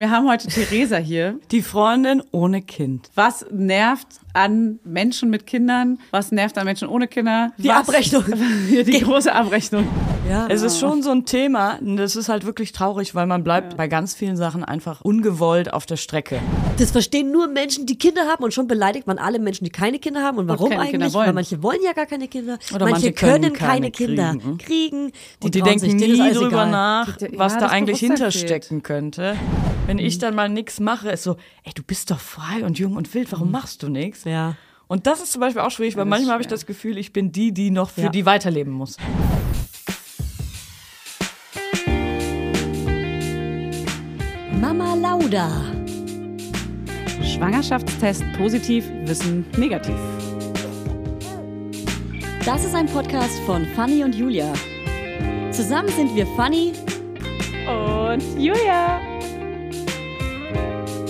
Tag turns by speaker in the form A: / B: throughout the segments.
A: Wir haben heute Theresa hier.
B: Die Freundin ohne Kind.
A: Was nervt an Menschen mit Kindern? Was nervt an Menschen ohne Kinder?
B: Die
A: Was-
B: Abrechnung.
A: Die große Abrechnung.
B: Ja, es
C: Ah.
B: ist schon so ein Thema. Das ist halt wirklich traurig, weil man bleibt bei ganz vielen Sachen einfach ungewollt auf der Strecke.
C: Das verstehen nur Menschen, die Kinder haben und schon beleidigt man alle Menschen, die keine Kinder haben. Und warum
A: keine
C: eigentlich?
A: Kinder wollen.
C: Weil manche wollen ja gar keine Kinder.
B: Oder manche
C: manche
B: können
C: können
B: keine
C: keine, Kinder
B: kriegen.
C: kriegen.
B: Und die
C: trauen
B: denken
C: sich, denen ist
B: nie
C: alles
B: drüber
C: egal.
B: nach,
A: Die- die-
B: was
A: ja,
B: da
A: das
B: eigentlich
A: Bewusstsein
B: hinterstecken könnte. Wenn
C: Mhm.
B: ich dann mal nichts mache, ist so, ey, du bist doch frei und jung und wild,
C: Mhm.
B: warum machst du nichts?
C: Ja.
B: Und das ist zum Beispiel auch schwierig, weil manchmal habe ich das Gefühl, ich bin die, die noch für
C: Ja.
B: die weiterleben muss.
C: Mama Lauda.
A: Schwangerschaftstest positiv, Wissen negativ.
C: Das ist ein Podcast von Fanny und Julia. Zusammen sind wir Fanny.
A: Und Julia.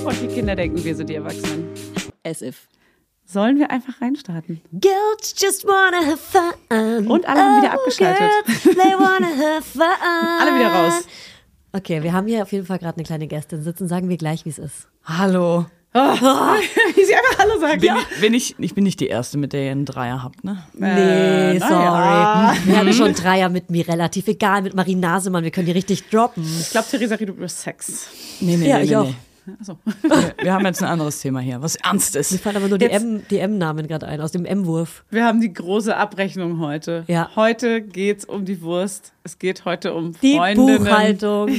A: Und die Kinder denken, wir sind die Erwachsenen.
C: As if.
A: Sollen wir einfach reinstarten?
C: Girls just wanna have fun.
A: Und alle haben wieder abgeschaltet.
C: Girls, they wanna have fun.
A: Alle wieder raus.
C: Okay, wir haben hier auf jeden Fall gerade eine kleine Gästin sitzen. Sagen wir gleich, wie es ist.
B: Hallo.
A: Wie sie einfach alle sagen.
B: Bin, ich, bin ich, ich bin nicht die Erste, mit der ihr einen Dreier habt, ne?
A: na
C: Nee, sorry. Mhm.
A: ja.
C: Wir hatten schon Dreier mit mir relativ egal, mit Marie Nasemann, wir können die richtig droppen.
A: Ich glaube, Theresa redet über Sex.
B: Nee, nee,
C: Ja,
B: nee,
C: ich
B: nee,
C: auch.
B: nee.
A: Achso.
B: Wir- Wir haben jetzt ein anderes Thema hier, was ernst
C: Mir
B: ist.
C: fallen aber nur die
A: Jetzt-
C: M- die M-Namen gerade ein, aus dem M-Wurf.
A: Wir haben die große Abrechnung heute.
C: Ja.
A: Heute geht's um die Wurst. Es geht heute um
C: Die
A: Freundinnen.
C: Buchhaltung.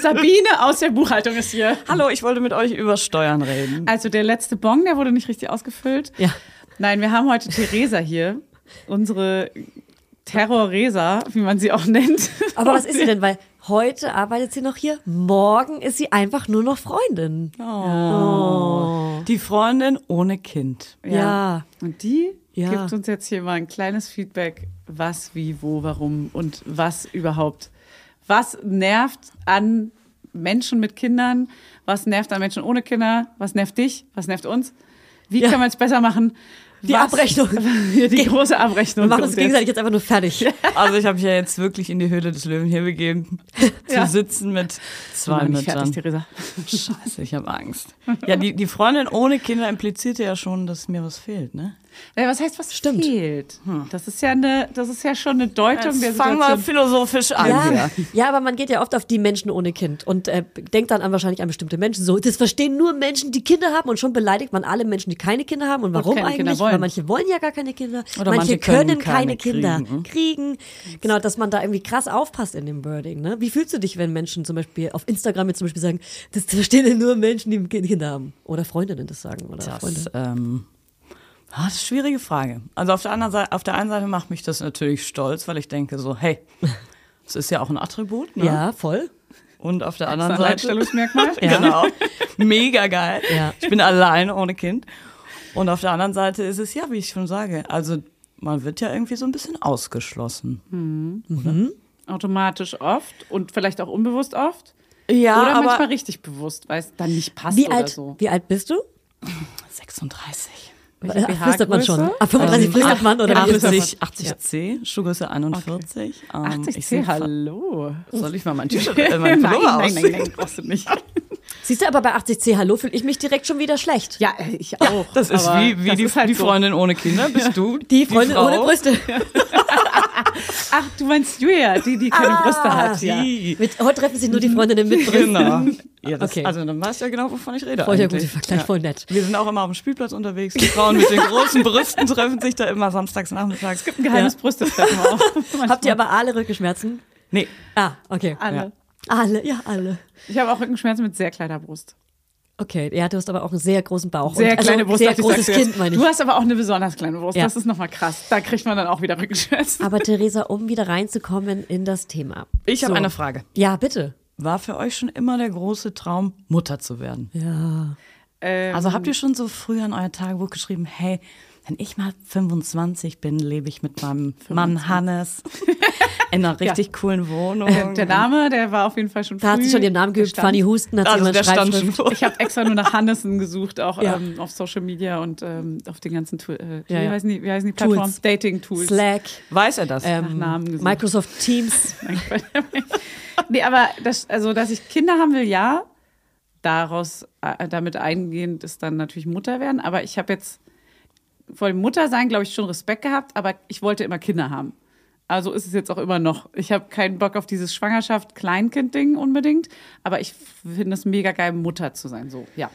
A: Sabine aus der Buchhaltung ist hier.
B: Hallo, ich wollte mit euch über Steuern reden.
A: Also der letzte Bon, der wurde nicht richtig ausgefüllt.
C: Ja.
A: Nein, wir haben heute Theresa hier, unsere Terroresa, wie man sie auch nennt.
C: Aber was ist sie denn? Weil heute arbeitet sie noch hier, morgen ist sie einfach nur noch Freundin.
B: Die Freundin ohne Kind.
C: Oh. Ja.
A: Und die
C: Ja.
A: gibt uns jetzt hier mal ein kleines Feedback, was, wie, wo, warum und was überhaupt. Was nervt an Menschen mit Kindern? Was nervt an Menschen ohne Kinder? Was nervt dich? Was nervt uns? Wie
C: Ja.
A: können wir es besser machen?
C: Die Abrechnung.
A: Die große Abrechnung.
C: Wir machen
A: kommt
C: uns
A: jetzt.
C: gegenseitig jetzt einfach nur fertig.
B: Also ich habe mich ja jetzt wirklich in die Höhle des Löwen hier begeben, zu
A: Ja.
B: sitzen mit
A: Wir
B: zwei
A: machen nicht fertig,
B: Müttern.
A: Theresa.
B: Scheiße, ich habe Angst. Ja, die, die Freundin ohne Kinder implizierte ja schon, dass mir was fehlt, ne?
A: Ja, was heißt, was Stimmt. fehlt? Das ist ja eine, das ist ja schon eine Deutung der
B: fangen wir
A: Situation.
B: philosophisch an.
C: Ja,
B: hier.
C: ja, aber man geht ja oft auf die Menschen ohne Kind und äh, denkt dann an wahrscheinlich an bestimmte Menschen. So, das verstehen nur Menschen, die Kinder haben und schon beleidigt man alle Menschen, die keine Kinder haben. Und warum
A: keine Kinder
C: eigentlich?
A: wollen.
C: Weil manche wollen ja gar keine Kinder.
B: Oder manche können
C: können,
B: keine
C: keine, Kinder kriegen. Genau, dass man da irgendwie krass aufpasst in dem Birding. Ne? Wie fühlst du dich, wenn Menschen zum Beispiel auf Instagram jetzt zum Beispiel sagen, das verstehen ja nur Menschen, die Kinder haben oder Freundinnen das sagen oder Freunde?
B: Das, ähm, ah, das ist eine schwierige Frage. Also auf der, anderen Seite, auf der einen Seite macht mich das natürlich stolz, weil ich denke so, hey, es ist ja auch ein Attribut. Ne?
C: Ja, voll.
B: Und auf der
A: Das
B: anderen
A: ist ein
B: Seite.
A: Alleinstellungsmerkmal.
C: Ja.
B: Genau. Mega geil.
C: Ja.
B: Ich bin allein ohne Kind. Und auf der anderen Seite ist es ja, wie ich schon sage, also man wird ja irgendwie so ein bisschen ausgeschlossen.
A: Automatisch oft und vielleicht auch unbewusst oft.
B: Ja,
A: oder
B: aber
A: manchmal richtig bewusst, weil es dann nicht passt
C: Wie
A: oder
C: alt,
A: so.
C: wie alt bist du?
B: 36.
A: Welche
C: Ach, flüstert man schon.
A: BH-Größe?
C: Ab 35 flüstert man oder wie ist das?
B: 80, 80C, Schuhgröße 41. Ähm, ich
A: 80
B: seh
A: C,
B: fa-
A: hallo.
B: Soll ich mal mein T-Shirt, äh, mein
A: nein, nein,
B: Pullover
A: nein,
B: ausziehen?
A: nein, brauchst du nicht.
C: Siehst du, aber bei 80c Hallo fühle ich mich direkt schon wieder schlecht.
A: Ja, äh, ich auch.
B: Das ist
A: aber
B: wie, wie
A: das
B: die,
A: ist halt
B: die
A: so.
B: Freundin ohne Kinder, bist du
C: Die Freundin
B: Frau?
C: ohne Brüste.
A: Ach, du meinst Julia, die, die
B: Ah.
A: keine Brüste hat. Ja.
B: Die.
C: Mit, heute treffen sich nur die Freundinnen mit Brüsten.
B: Genau. Ja, das,
C: Okay.
B: Also dann weißt du ja genau, wovon ich rede
C: Voll der
B: eigentlich.
C: gute Vergleich, voll nett.
B: Wir sind auch immer auf dem Spielplatz unterwegs. Die Frauen mit den großen Brüsten treffen sich da immer samstags nachmittags. Es gibt
A: Ein geheimes Brüstetreffen auch.
C: Habt ihr aber alle Rückenschmerzen?
B: Nee,
C: Ah, okay.
A: Alle.
B: Ja.
C: Alle, ja, alle.
A: Ich habe auch Rückenschmerzen mit sehr kleiner Brust.
C: Okay, ja, du hast aber auch einen sehr großen Bauch.
A: Sehr
C: und, also
A: kleine Brust.
C: Sehr
A: dachte ich,
C: großes
A: sagst du jetzt.
C: Kind, meine ich.
A: Du hast aber auch eine besonders kleine Brust.
C: Ja.
A: Das ist nochmal krass. Da kriegt man dann auch wieder Rückenschmerzen.
C: Aber Theresa, um wieder reinzukommen in das Thema.
B: ich habe
C: So.
B: eine Frage.
C: Ja, bitte.
B: War für euch schon immer der große Traum, Mutter zu werden?
C: Ja.
A: Ähm,
B: Also habt ihr schon so früh an euer Tagebuch geschrieben, hey, wenn ich mal 25 bin, lebe ich mit meinem Mann Hannes in einer richtig coolen Wohnung.
D: Der Name, der war auf jeden Fall schon
C: Da hat
D: früh
C: sie schon ihren Namen geübt.
D: gestanden.
C: Fanny Husten hat sie
B: also
C: immer
B: der stand
C: Schreibschrift.
B: schon vor.
D: Ich habe extra nur nach Hannessen gesucht, auch
C: Ja.
D: ähm, auf Social Media und ähm, auf den ganzen Tu- äh,
C: Ja,
D: wie,
C: ja.
D: heißen die, wie heißen die
C: Tools.
D: Plattformen? Dating-Tools.
C: Slack,
B: Weiß er das?
D: Nach
C: ähm,
D: Namen gesucht.
C: Microsoft Teams.
D: nee, aber das, also, dass ich Kinder haben will, ja. Daraus, äh, damit eingehend ist dann natürlich Mutter werden. Aber ich habe jetzt vor dem Muttersein, glaube ich, schon Respekt gehabt, aber ich wollte immer Kinder haben. Also ist es jetzt auch immer noch. Ich habe keinen Bock auf dieses Schwangerschaft-Kleinkind-Ding unbedingt, aber ich finde es mega geil, Mutter zu sein. So, ja.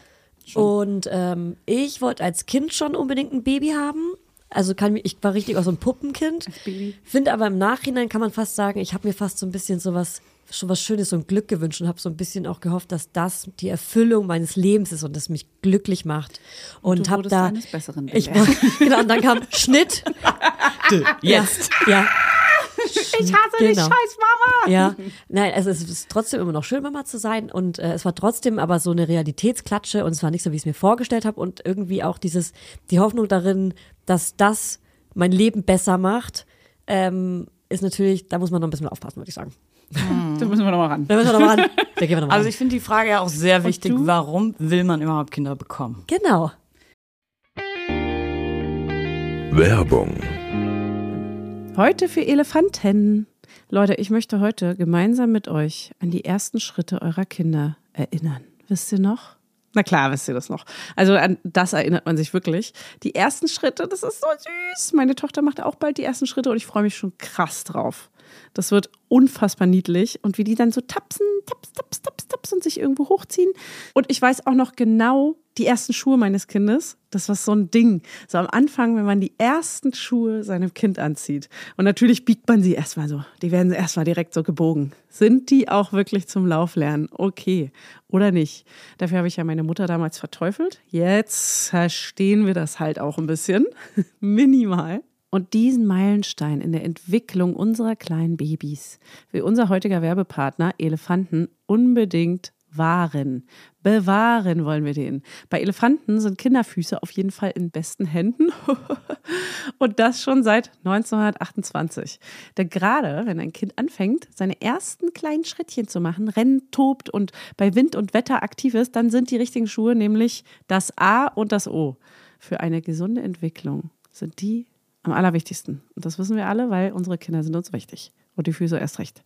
C: Und ähm, ich wollte als Kind schon unbedingt ein Baby haben. Also kann mich, ich war richtig auch so ein Puppenkind.
D: Baby.
C: Finde aber im Nachhinein kann man fast sagen, ich habe mir fast so ein bisschen sowas, schon was Schönes, so ein Glück gewünscht und habe so ein bisschen auch gehofft, dass das die Erfüllung meines Lebens ist und das mich glücklich macht. Und,
D: du
C: habe
D: wurdest
C: da.
D: eines Besseren
C: ich
D: belehrt.
C: war- genau, und dann kam Schnitt.
B: Ah, Jetzt.
C: Ja.
D: Ich hasse dich,
C: Genau.
D: scheiß Mama!
C: Ja, nein, also es ist trotzdem immer noch schön, Mama zu sein. Und äh, es war trotzdem aber so eine Realitätsklatsche und es war nicht so, wie ich es mir vorgestellt habe. Und irgendwie auch dieses, die Hoffnung darin, dass das mein Leben besser macht, ähm, ist natürlich, da muss man noch ein bisschen aufpassen, würde ich sagen.
D: Da müssen wir nochmal ran.
C: Da müssen wir noch mal ran. Da gehen wir noch mal
B: Also
C: ran.
B: ich finde die Frage ja auch sehr wichtig,
D: du?
B: warum will man überhaupt Kinder bekommen?
C: Genau.
E: Werbung.
A: Heute für Elefanten. Leute, ich möchte heute gemeinsam mit euch an die ersten Schritte eurer Kinder erinnern. Wisst ihr noch? Na klar, wisst ihr das noch. Also an das erinnert man sich wirklich. Die ersten Schritte, das ist so süß. Meine Tochter macht auch bald die ersten Schritte und ich freue mich schon krass drauf. Das wird unfassbar niedlich. Und wie die dann so tapsen, taps, taps, taps, taps und sich irgendwo hochziehen. Und ich weiß auch noch genau die ersten Schuhe meines Kindes. Das war so ein Ding. So am Anfang, wenn man die ersten Schuhe seinem Kind anzieht. Und natürlich biegt man sie erstmal so. Die werden erstmal direkt so gebogen. Sind die auch wirklich zum Lauf lernen? Okay. Oder nicht? Dafür habe ich ja meine Mutter damals verteufelt. Jetzt verstehen wir das halt auch ein bisschen. Minimal. Und diesen Meilenstein in der Entwicklung unserer kleinen Babys will unser heutiger Werbepartner Elefanten unbedingt wahren. Bewahren wollen wir den. Bei Elefanten sind Kinderfüße auf jeden Fall in besten Händen. Und das schon seit 1928. Denn gerade wenn ein Kind anfängt, seine ersten kleinen Schrittchen zu machen, rennt, tobt und bei Wind und Wetter aktiv ist, dann sind die richtigen Schuhe nämlich das A und das O. Für eine gesunde Entwicklung sind die am allerwichtigsten. Und das wissen wir alle, weil unsere Kinder sind uns wichtig. Und die Füße erst recht.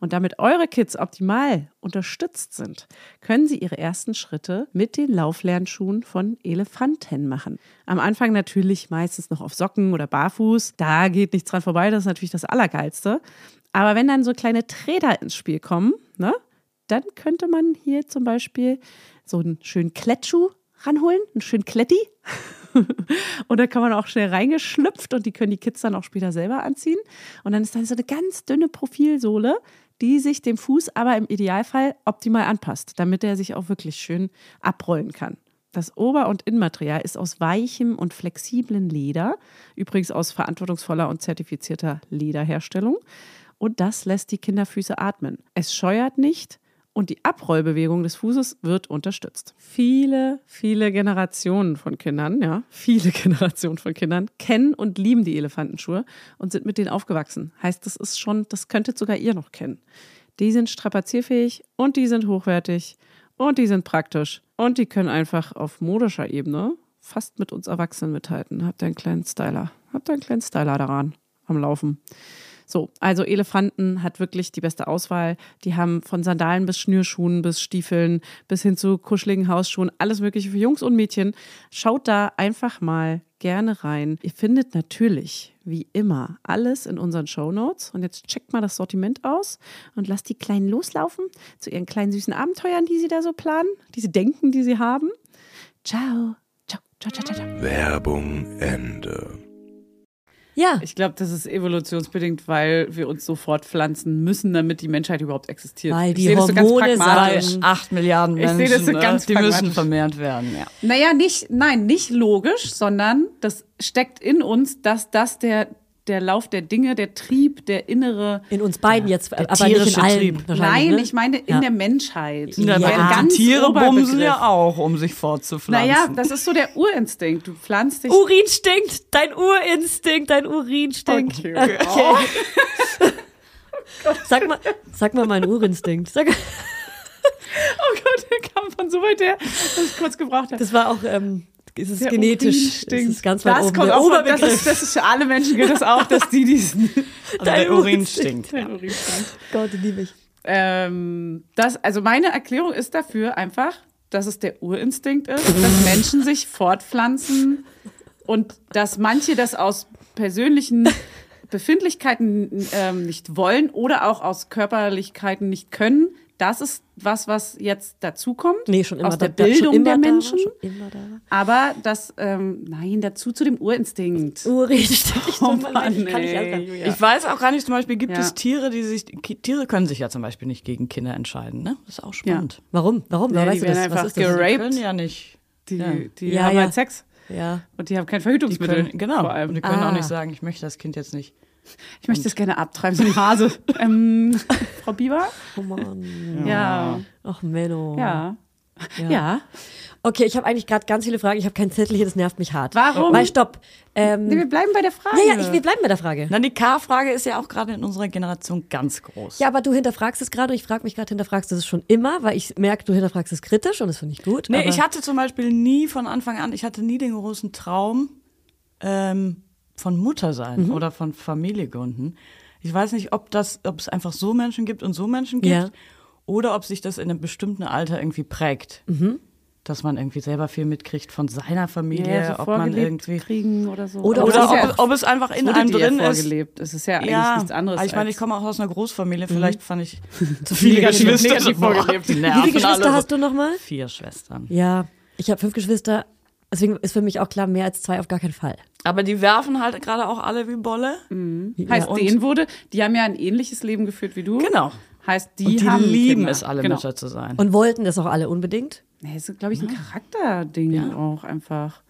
A: Und damit eure Kids optimal unterstützt sind, können sie ihre ersten Schritte mit den Lauflernschuhen von Elefanten machen. Am Anfang natürlich meistens noch auf Socken oder barfuß. Da geht nichts dran vorbei. Das ist natürlich das Allergeilste. Aber wenn dann so kleine Träder ins Spiel kommen, ne, dann könnte man hier zum Beispiel so einen schönen Klettschuh ranholen, einen schönen Kletti. und da kann man auch schnell reingeschlüpft und die können die Kids dann auch später selber anziehen. Und dann ist dann so eine ganz dünne Profilsohle, die sich dem Fuß aber im Idealfall optimal anpasst, damit er sich auch wirklich schön abrollen kann. Das Ober- und Innenmaterial ist aus weichem und flexiblen Leder, übrigens aus verantwortungsvoller und zertifizierter Lederherstellung. Und das lässt die Kinderfüße atmen. Es scheuert nicht und die Abrollbewegung des Fußes wird unterstützt. Viele, viele Generationen von Kindern, ja, viele Generationen von Kindern kennen und lieben die Elefantenschuhe und sind mit denen aufgewachsen. Heißt, das ist schon, das könntet sogar ihr noch kennen. Die sind strapazierfähig und die sind hochwertig und die sind praktisch und die können einfach auf modischer Ebene fast mit uns Erwachsenen mithalten. Habt ihr einen kleinen Styler? Habt ihr einen kleinen Styler daran am Laufen? So, also Elefanten hat wirklich die beste Auswahl. Die haben von Sandalen bis Schnürschuhen, bis Stiefeln, bis hin zu kuscheligen Hausschuhen, alles Mögliche für Jungs und Mädchen. Schaut da einfach mal gerne rein. Ihr findet natürlich, wie immer, alles in unseren Shownotes. Und jetzt checkt mal das Sortiment aus und lasst die Kleinen loslaufen zu ihren kleinen süßen Abenteuern, die sie da so planen, die sie denken, die sie haben. Ciao. Ciao, ciao, ciao, ciao. ciao.
E: Werbung Ende.
C: Ja,
D: Ich glaube, das ist evolutionsbedingt, weil wir uns so fortpflanzen müssen, damit die Menschheit überhaupt existiert.
C: Weil die
D: ich sehe das so ganz
C: Hormone
D: pragmatisch.
C: sagen-
B: Acht Milliarden
D: Ich
B: Menschen,
D: sehe das so
B: ne?
D: ganz
B: die müssen
D: pragmatisch.
B: vermehrt werden. Ja.
D: Naja, nicht, nein, nicht logisch, sondern das steckt in uns, dass das der der Lauf der Dinge, der Trieb, der innere.
C: In uns beiden jetzt, äh,
B: der
C: aber nicht
B: tierische
C: in allen.
B: Trieb.
C: wahrscheinlich,
D: Nein,
C: ne?
D: ich meine in
C: Ja.
D: der Menschheit.
B: Na,
C: Ja.
D: Weil
B: weil
D: ganz
B: die Tiere bumsen
D: Oberbegriff.
B: ja auch, um sich fortzupflanzen.
D: Naja, das ist so der Urinstinkt. Du pflanzt dich.
C: Urin stinkt, dein Urinstinkt, dein Urin stinkt.
D: Okay.
C: Sag mal, sag mal meinen Urinstinkt. Sag,
D: Oh Gott, der kam von so weit her, dass ich kurz gebraucht habe.
C: das war auch, ähm, es ist
D: Der
C: genetisch. Es
D: Urinstinkt.
C: ist ganz weit
D: das
C: oben.
D: kommt
C: der
D: auch von, das,
C: Oberbegriff.
D: ist, das ist für alle Menschen gilt das auch, dass die diesen
B: also
C: dein
B: der Urin
C: Urinstinkt.
B: stinkt. Ja.
D: Urinstinkt.
C: Gott, die liebe ich.
D: Ähm, das, also meine Erklärung ist dafür einfach, dass es der Urinstinkt ist, dass Menschen sich fortpflanzen und dass manche das aus persönlichen Befindlichkeiten ähm, nicht wollen oder auch aus Körperlichkeiten nicht können. Das ist was, was jetzt dazukommt.
C: Nee, schon immer
D: Aus der
C: da, da- schon
D: Bildung
C: immer
D: der
C: da war,
D: Menschen.
C: schon immer da war.
D: Aber das, ähm, nein, dazu zu dem Urinstinkt.
C: Urinstinkt. Ich,
D: Oh
C: tut mir leid, ich kann
D: Mann,
C: nicht
D: ey,
C: anfangen.
D: Julia.
B: Ich weiß auch gar nicht, zum Beispiel gibt
D: Ja.
B: es Tiere, die sich, Ki- Tiere können sich ja zum Beispiel nicht gegen Kinder entscheiden, ne? Das ist auch
D: Ja.
B: spannend.
C: Warum? Warum? Wer
D: Nee,
C: weiß
D: die werden
C: das?
D: einfach
C: Was ist das?
D: geraped.
B: Die können ja nicht.
D: Die,
B: Ja.
D: die
C: Ja,
D: haben
C: ja.
D: halt Sex
C: Ja.
D: und die haben kein
B: Die
D: Verhütungsmittel.
B: können, genau.
D: Vor allem.
B: Und die können
C: Ah.
B: auch nicht sagen, ich möchte das Kind jetzt nicht.
D: Ich möchte das gerne abtreiben, so ein Hase. ähm, Frau Bieber?
C: Oh Mann.
D: Ja.
C: Ach, Menno.
D: Ja. Ja.
C: Okay, ich habe eigentlich gerade ganz viele Fragen. Ich habe kein Zettel hier, das nervt mich hart.
D: Warum?
C: Weil, stopp. Ähm,
D: Nee, wir bleiben bei der Frage.
C: ja, ja, ich, wir bleiben bei der Frage.
B: Dann die K-Frage ist ja auch gerade in unserer Generation ganz groß.
C: Ja, aber du hinterfragst es gerade und ich frage mich gerade, hinterfragst du es schon immer, weil ich merke, du hinterfragst es kritisch und das finde ich gut.
B: Nee,
C: aber
B: ich hatte zum Beispiel nie von Anfang an, ich hatte nie den großen Traum ähm, von Mutter sein
D: Mhm.
B: oder von Familie gründen. Ich weiß nicht, ob das, ob es einfach so Menschen gibt und so Menschen gibt
C: Ja.
B: oder ob sich das in einem bestimmten Alter irgendwie prägt.
D: Mhm.
B: Dass man irgendwie selber viel mitkriegt von seiner Familie,
D: ja, so
B: ob man
D: vorgelebt
B: irgendwie.
D: kriegen oder so.
C: Oder-
D: Aber
C: oder
D: das ist
B: Oder
D: ja,
B: ob, ob es einfach in
D: wurde
B: einem
D: dir ja
B: drin ist.
D: vorgelebt. Es ist ja eigentlich
B: Ja,
D: nichts anderes.
B: aber ich meine, ich
D: als-
B: komme auch aus einer Großfamilie, vielleicht fand ich zu
D: viele Geschwister. Negativ vorgelebt. Wie
C: Wie viele Geschwister hast du nochmal?
B: Vier Schwestern.
C: Ja, ich habe fünf Geschwister. Deswegen ist für mich auch klar, mehr als zwei auf gar keinen Fall.
B: Aber die werfen halt gerade auch alle wie Bolle.
D: Heißt,
B: Ja, und-
D: denen wurde, die haben ja ein ähnliches Leben geführt wie du.
B: Genau.
D: Heißt, die,
B: Und die
D: haben
B: lieben
D: Kinder.
B: es, alle
D: genau.
B: Mütter zu sein.
C: Und wollten das auch alle unbedingt.
D: Nee, das ist, glaube ich, ein Charakterding auch einfach.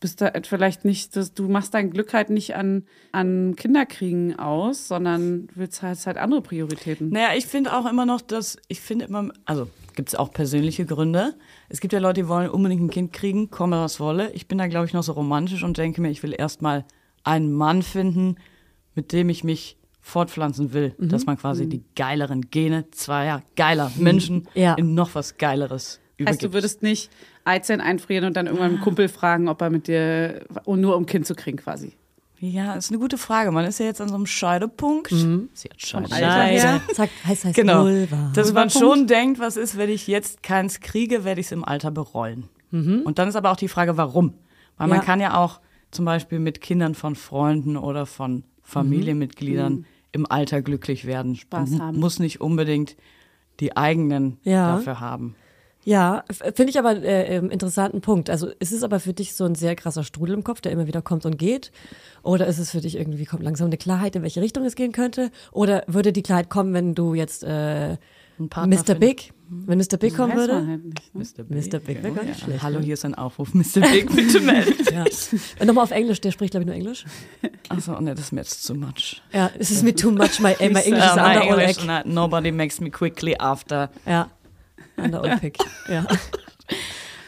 D: Bist da vielleicht nicht, dass du machst dein Glück halt nicht an, an Kinderkriegen aus, sondern willst halt, hast halt andere Prioritäten.
B: naja, ich finde auch immer noch, dass ich finde immer, also gibt es auch persönliche Gründe. Es gibt ja Leute, die wollen unbedingt ein Kind kriegen, komme was wolle. Ich bin da, glaube ich, noch so romantisch und denke mir, ich will erstmal einen Mann finden, mit dem ich mich fortpflanzen will. Dass man quasi die geileren Gene zweier geiler Menschen
C: Ja.
B: in noch was Geileres
D: Heißt,
B: übergibt.
D: du würdest nicht Eizellen einfrieren und dann irgendwann einen Kumpel fragen, ob er mit dir, und nur um ein Kind zu kriegen quasi.
B: ja, ist eine gute Frage. Man ist ja jetzt an so einem Scheidepunkt. Sie hat Scheide.
D: Alter her.
C: Sagt, heißt, heißt
B: Genau.
C: Vulva.
B: Dass man
D: Vulva-Punkt.
B: schon denkt, was ist, wenn ich jetzt keins kriege, werde ich es im Alter bereuen. Und dann ist aber auch die Frage, warum? Weil
C: Ja.
B: man kann Mhm. ja auch zum Beispiel mit Kindern von Freunden oder von Familienmitgliedern im Alter glücklich werden.
D: Spaß
B: Man
D: haben.
B: Muss nicht unbedingt die eigenen
C: Ja.
B: dafür haben.
C: Ja, f- finde ich aber einen äh, ähm, interessanten Punkt. Also ist es aber für dich so ein sehr krasser Strudel im Kopf, der immer wieder kommt und geht? Oder ist es für dich irgendwie, kommt langsam eine Klarheit, in welche Richtung es gehen könnte? Oder würde die Klarheit kommen, wenn du jetzt äh,
B: Ein Partner
C: Mr. Big, wenn Mr. Big kommen
D: Weiß man
C: würde?
D: halt nicht.
B: Mr.
D: Ne?
B: Big. genau.
C: Mr. Big wäre gar nicht schlecht,
B: Hallo, hier ist ein Aufruf. Mr. Big, bitte melden.
C: Ja. Und nochmal auf Englisch, der spricht glaube ich nur Englisch.
B: Achso, ne, das ist mir jetzt too much.
C: Ja, es ist mir too much, my, äh, my English is
B: Äh,
C: under
B: my
C: all
B: English,
C: egg.
B: na, nobody makes me quickly after.
C: Ja, under all pick. Ja.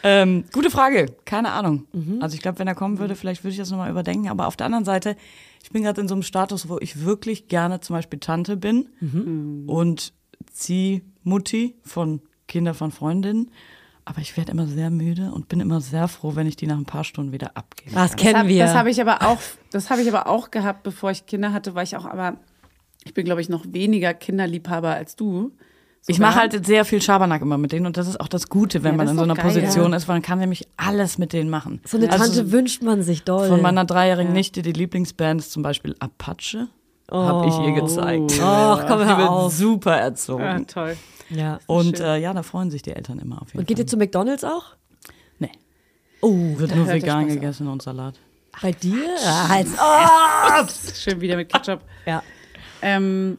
B: Ähm, gute Frage, keine Ahnung.
D: Mhm.
B: Also ich glaube, wenn er kommen würde, vielleicht würde ich das nochmal überdenken. Aber auf der anderen Seite, ich bin gerade in so einem Status, wo ich wirklich gerne zum Beispiel Tante bin
D: Mhm.
C: Mhm.
B: und Ziehmutti von Kinder von Freundinnen. Aber ich werde immer sehr müde und bin immer sehr froh, wenn ich die nach ein paar Stunden wieder abgebe.
C: Das
D: Das
C: kennen
D: hab-
C: wir.
D: Das habe ich aber auch, das habe ich aber auch gehabt, bevor ich Kinder hatte, weil ich auch aber, ich bin glaube ich noch weniger Kinderliebhaber als du.
B: Ich
D: sogar.
B: mache halt sehr viel Schabernack immer mit denen und das ist auch das Gute, wenn
D: Ja,
B: man
D: das
B: in
D: ist
B: so einer
D: doch geil,
B: Position ist, weil dann kann nämlich alles mit denen machen.
C: so eine
B: Also
C: Tante wünscht man sich doll.
B: Von meiner dreijährigen Nichte, die Lieblingsband ist zum Beispiel Apache, habe ich ihr gezeigt.
C: Och, Oh. komm,
B: Die
C: hör
B: wird
C: auf.
B: super
D: Ah,
B: erzogen.
D: toll.
C: Ja.
B: Und äh, ja, da freuen sich die Eltern immer auf jeden
C: Und geht ihr
B: Fall.
C: zu McDonalds auch?
B: Nee,
C: Oh,
B: wird nur
D: hört der
B: vegan
D: Spaß auf.
B: gegessen und Salat.
C: bei dir? Ah, Halt.
D: also Schön wieder mit Ketchup.
C: Ja.
D: Ähm,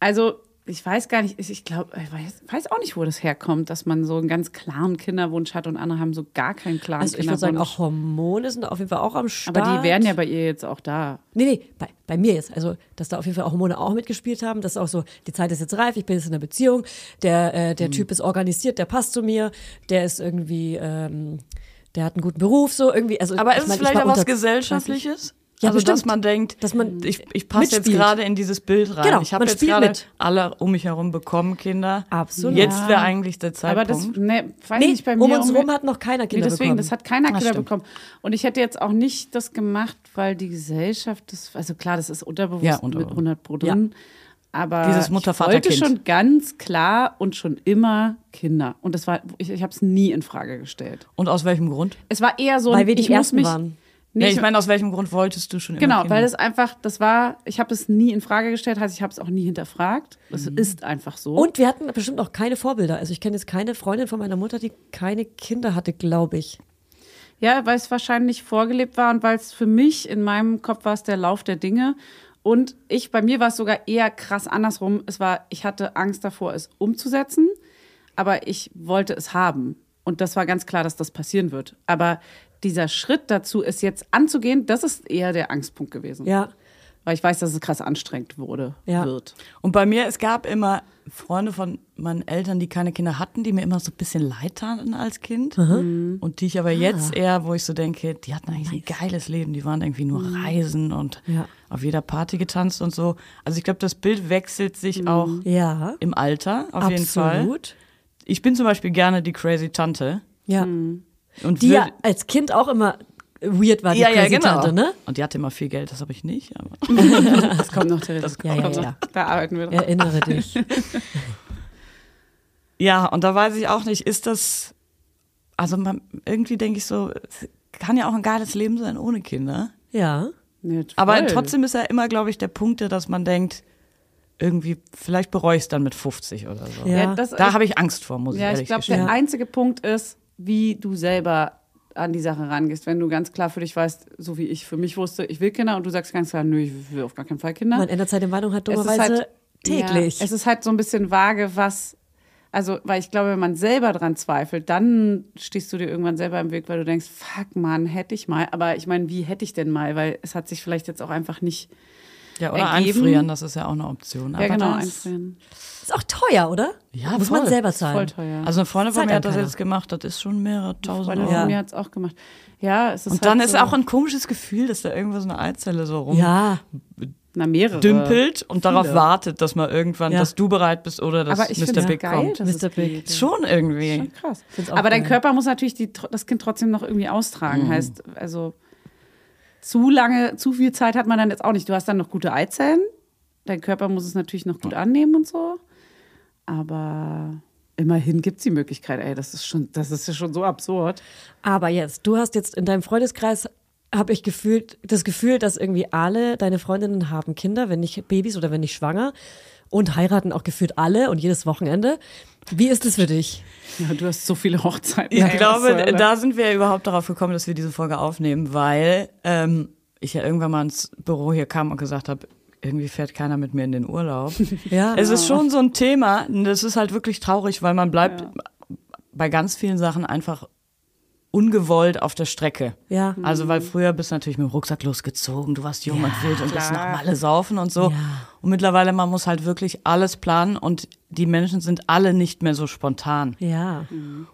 D: also ich weiß gar nicht, ich glaube, ich weiß, weiß auch nicht, wo das herkommt, dass man so einen ganz klaren Kinderwunsch hat und andere haben so gar keinen klaren
C: Also ich würde
D: Kinderwunsch.
C: sagen, auch Hormone sind auf jeden Fall auch am Start.
D: aber die wären ja bei ihr jetzt auch da.
C: Nee, nee, bei, bei mir jetzt. Also, dass da auf jeden Fall auch Hormone auch mitgespielt haben. Das ist auch so, die Zeit ist jetzt reif, ich bin jetzt in einer Beziehung, der, äh,
D: Mhm.
C: der Typ ist organisiert, der passt zu mir, der ist irgendwie, ähm, der hat einen guten Beruf, so irgendwie. Also,
B: Aber
C: ich
B: ist es
C: mein, ich
B: vielleicht
C: war
B: auch was
C: unter-
B: Gesellschaftliches?
C: Ja,
B: also, dass
C: bestimmt.
B: man denkt,
C: Dass man
B: ich, ich passe jetzt
C: mitspielt.
B: gerade in dieses Bild rein.
C: Genau,
B: ich habe
C: man
B: jetzt
C: spielt
B: gerade
C: mit.
B: alle um mich herum bekommen, Kinder.
C: Absolut.
B: Jetzt wäre eigentlich der
D: Aber
B: Zeitpunkt.
D: das, ne, weiß
C: Nee,
D: nicht, bei mir.
C: um uns rum
D: mir-
C: hat noch keiner Kinder
D: nee, deswegen,
C: bekommen.
D: das hat keiner
B: Ah,
D: Kinder
B: stimmt.
D: bekommen. Und ich hätte jetzt auch nicht das gemacht, weil die Gesellschaft, das, also klar, das ist unterbewusst
B: Ja,
D: mit
B: unterbewusst.
D: 100 Pro drin. Aber
B: Dieses Mutter, Vater,
D: ich wollte
B: Kind.
D: schon ganz klar und schon immer Kinder. Und das war, ich, ich habe es nie in Frage gestellt.
B: Und aus welchem Grund?
D: Es war eher so, ein,
C: Weil wir die
D: ich muss
C: Ersten
D: mich,
C: waren.
D: Nee,
B: Nee,
D: ich
B: ich meine, aus welchem Grund wolltest du schon immer
D: Genau,
B: Kinder?
D: weil das einfach, das war, ich habe es nie in Frage gestellt, heißt, ich habe es auch nie hinterfragt. Es ist einfach so.
C: Und wir hatten bestimmt auch keine Vorbilder. Also, ich kenne jetzt keine Freundin von meiner Mutter, die keine Kinder hatte, glaube ich.
D: Ja, weil es wahrscheinlich vorgelebt war und weil es für mich in meinem Kopf war es der Lauf der Dinge. Und ich, bei mir war es sogar eher krass andersrum. Es war, ich hatte Angst davor, es umzusetzen, aber ich wollte es haben. Und das war ganz klar, dass das passieren wird. Aber dieser Schritt dazu, es jetzt anzugehen, das ist eher der Angstpunkt gewesen.
C: Ja.
D: Weil ich weiß, dass es krass anstrengend wurde,
C: Ja.
D: wird.
B: Und bei mir, es gab immer Freunde von meinen Eltern, die keine Kinder hatten, die mir immer so ein bisschen leid taten als Kind. Und die ich
C: Ah.
B: aber jetzt eher, wo ich so denke, die hatten eigentlich ein geiles Leben. Die waren irgendwie nur reisen und
C: Mhm. Ja.
B: auf jeder Party getanzt und so. Also ich glaube, das Bild wechselt sich auch
C: Ja.
B: im Alter, auf jeden Fall.
C: Mhm. absolut.
B: Ich bin zum Beispiel gerne die crazy Tante.
C: Ja.
B: Und
C: Die
B: würd-
C: ja als Kind auch immer weird war, die
B: ja, ja,
C: crazy
B: genau.
C: Tante, ne?
B: Und die hatte immer viel Geld, das habe ich nicht. Aber
D: Das kommt noch drin. Das
C: Ja,
B: Oh
C: ja, ja.
D: Da arbeiten wir dran.
C: Erinnere dich.
B: Ja, und da weiß ich auch nicht, ist das, also man, irgendwie denke ich so, es kann ja auch ein geiles Leben sein ohne Kinder.
C: Ja.
D: Nee,
B: Aber
D: voll.
B: trotzdem ist ja immer, glaube ich, der Punkt, dass man denkt, irgendwie, vielleicht bereue ich es dann mit 50 oder so.
C: Ja.
D: Ja, das,
B: Da habe ich Angst vor, muss ich
D: Ja, ich
B: ehrlich
D: glaube,
B: gestehen.
D: der einzige Punkt ist, wie du selber an die Sache rangehst. Wenn du ganz klar für dich weißt, so wie ich für mich wusste, ich will Kinder und du sagst ganz klar, nö, ich will auf gar keinen Fall Kinder.
C: Man ändert seine Meinung halt dummerweise täglich.
D: Ja, es ist halt so ein bisschen vage, was. Also, weil ich glaube, wenn man selber dran zweifelt, dann stehst du dir irgendwann selber im Weg, weil du denkst, fuck Mann, hätte ich mal. Aber ich meine, wie hätte ich denn mal? Weil es hat sich vielleicht jetzt auch einfach nicht
B: ja, oder
D: ergeben.
B: einfrieren, das ist ja auch eine Option.
D: ja,
B: Aber
D: genau
B: das-
D: einfrieren.
C: ist auch teuer, oder?
B: Ja,
C: Muss man
B: voll.
C: selber zahlen.
D: Voll teuer.
B: Also eine Freundin von
C: Zahlt
B: mir
C: einem
B: hat das
C: keiner.
B: jetzt gemacht, das ist schon mehrere tausend
D: Freundin
B: Euro.
D: von
C: Ja.
D: mir hat es auch gemacht. Ja, es ist
B: Und
D: halt
B: dann ist
D: so,
B: auch ein komisches Gefühl, dass da irgendwo so eine Eizelle so rum
C: Ja,
D: na, mehrere.
B: dümpelt und darauf wartet, dass man irgendwann,
C: Ja.
B: dass du bereit bist oder dass
D: Aber ich finde
B: Mr.
D: es
B: Big
D: geil,
B: kommt.
D: dass es
C: Mr. Big.
D: geht.
B: Ist Schon irgendwie.
D: Schon krass.
C: Mhm. Find's auch
D: Aber dein
C: geil. Mhm.
D: Körper muss natürlich die, tr- das Kind trotzdem noch irgendwie austragen. Heißt, also zu lange, zu viel Zeit hat man dann jetzt auch nicht. Du hast dann noch gute Eizellen. Dein Körper muss es natürlich noch gut annehmen und so. Aber immerhin gibt es die Möglichkeit. Ey, das ist, schon, das ist ja schon so absurd.
C: aber jetzt, du hast jetzt in deinem Freundeskreis, habe ich gefühlt, das Gefühl, dass irgendwie alle deine Freundinnen haben Kinder, wenn nicht Babys oder wenn nicht schwanger. Und heiraten auch gefühlt alle und jedes Wochenende. Wie ist es für dich?
D: Ja, du hast so viele Hochzeiten.
B: Ich
D: Ey, was zur
B: glaube,
C: äh,
D: Hölle.
B: da sind wir überhaupt darauf gekommen, dass wir diese Folge aufnehmen, weil ähm, ich ja irgendwann mal ins Büro hier kam und gesagt habe, irgendwie fährt keiner mit mir in den Urlaub.
C: Ja.
B: Es ist schon so ein Thema, und das ist halt wirklich traurig, weil man bleibt bei ganz vielen Sachen einfach ungewollt auf der Strecke.
C: Ja.
B: Also,
D: Mhm.
B: weil früher bist du natürlich mit dem Rucksack losgezogen, du warst jung und wild und bist nach Malle saufen und so.
C: Ja.
B: Und mittlerweile, man muss halt wirklich alles planen und die Menschen sind alle nicht mehr so spontan.
C: Ja.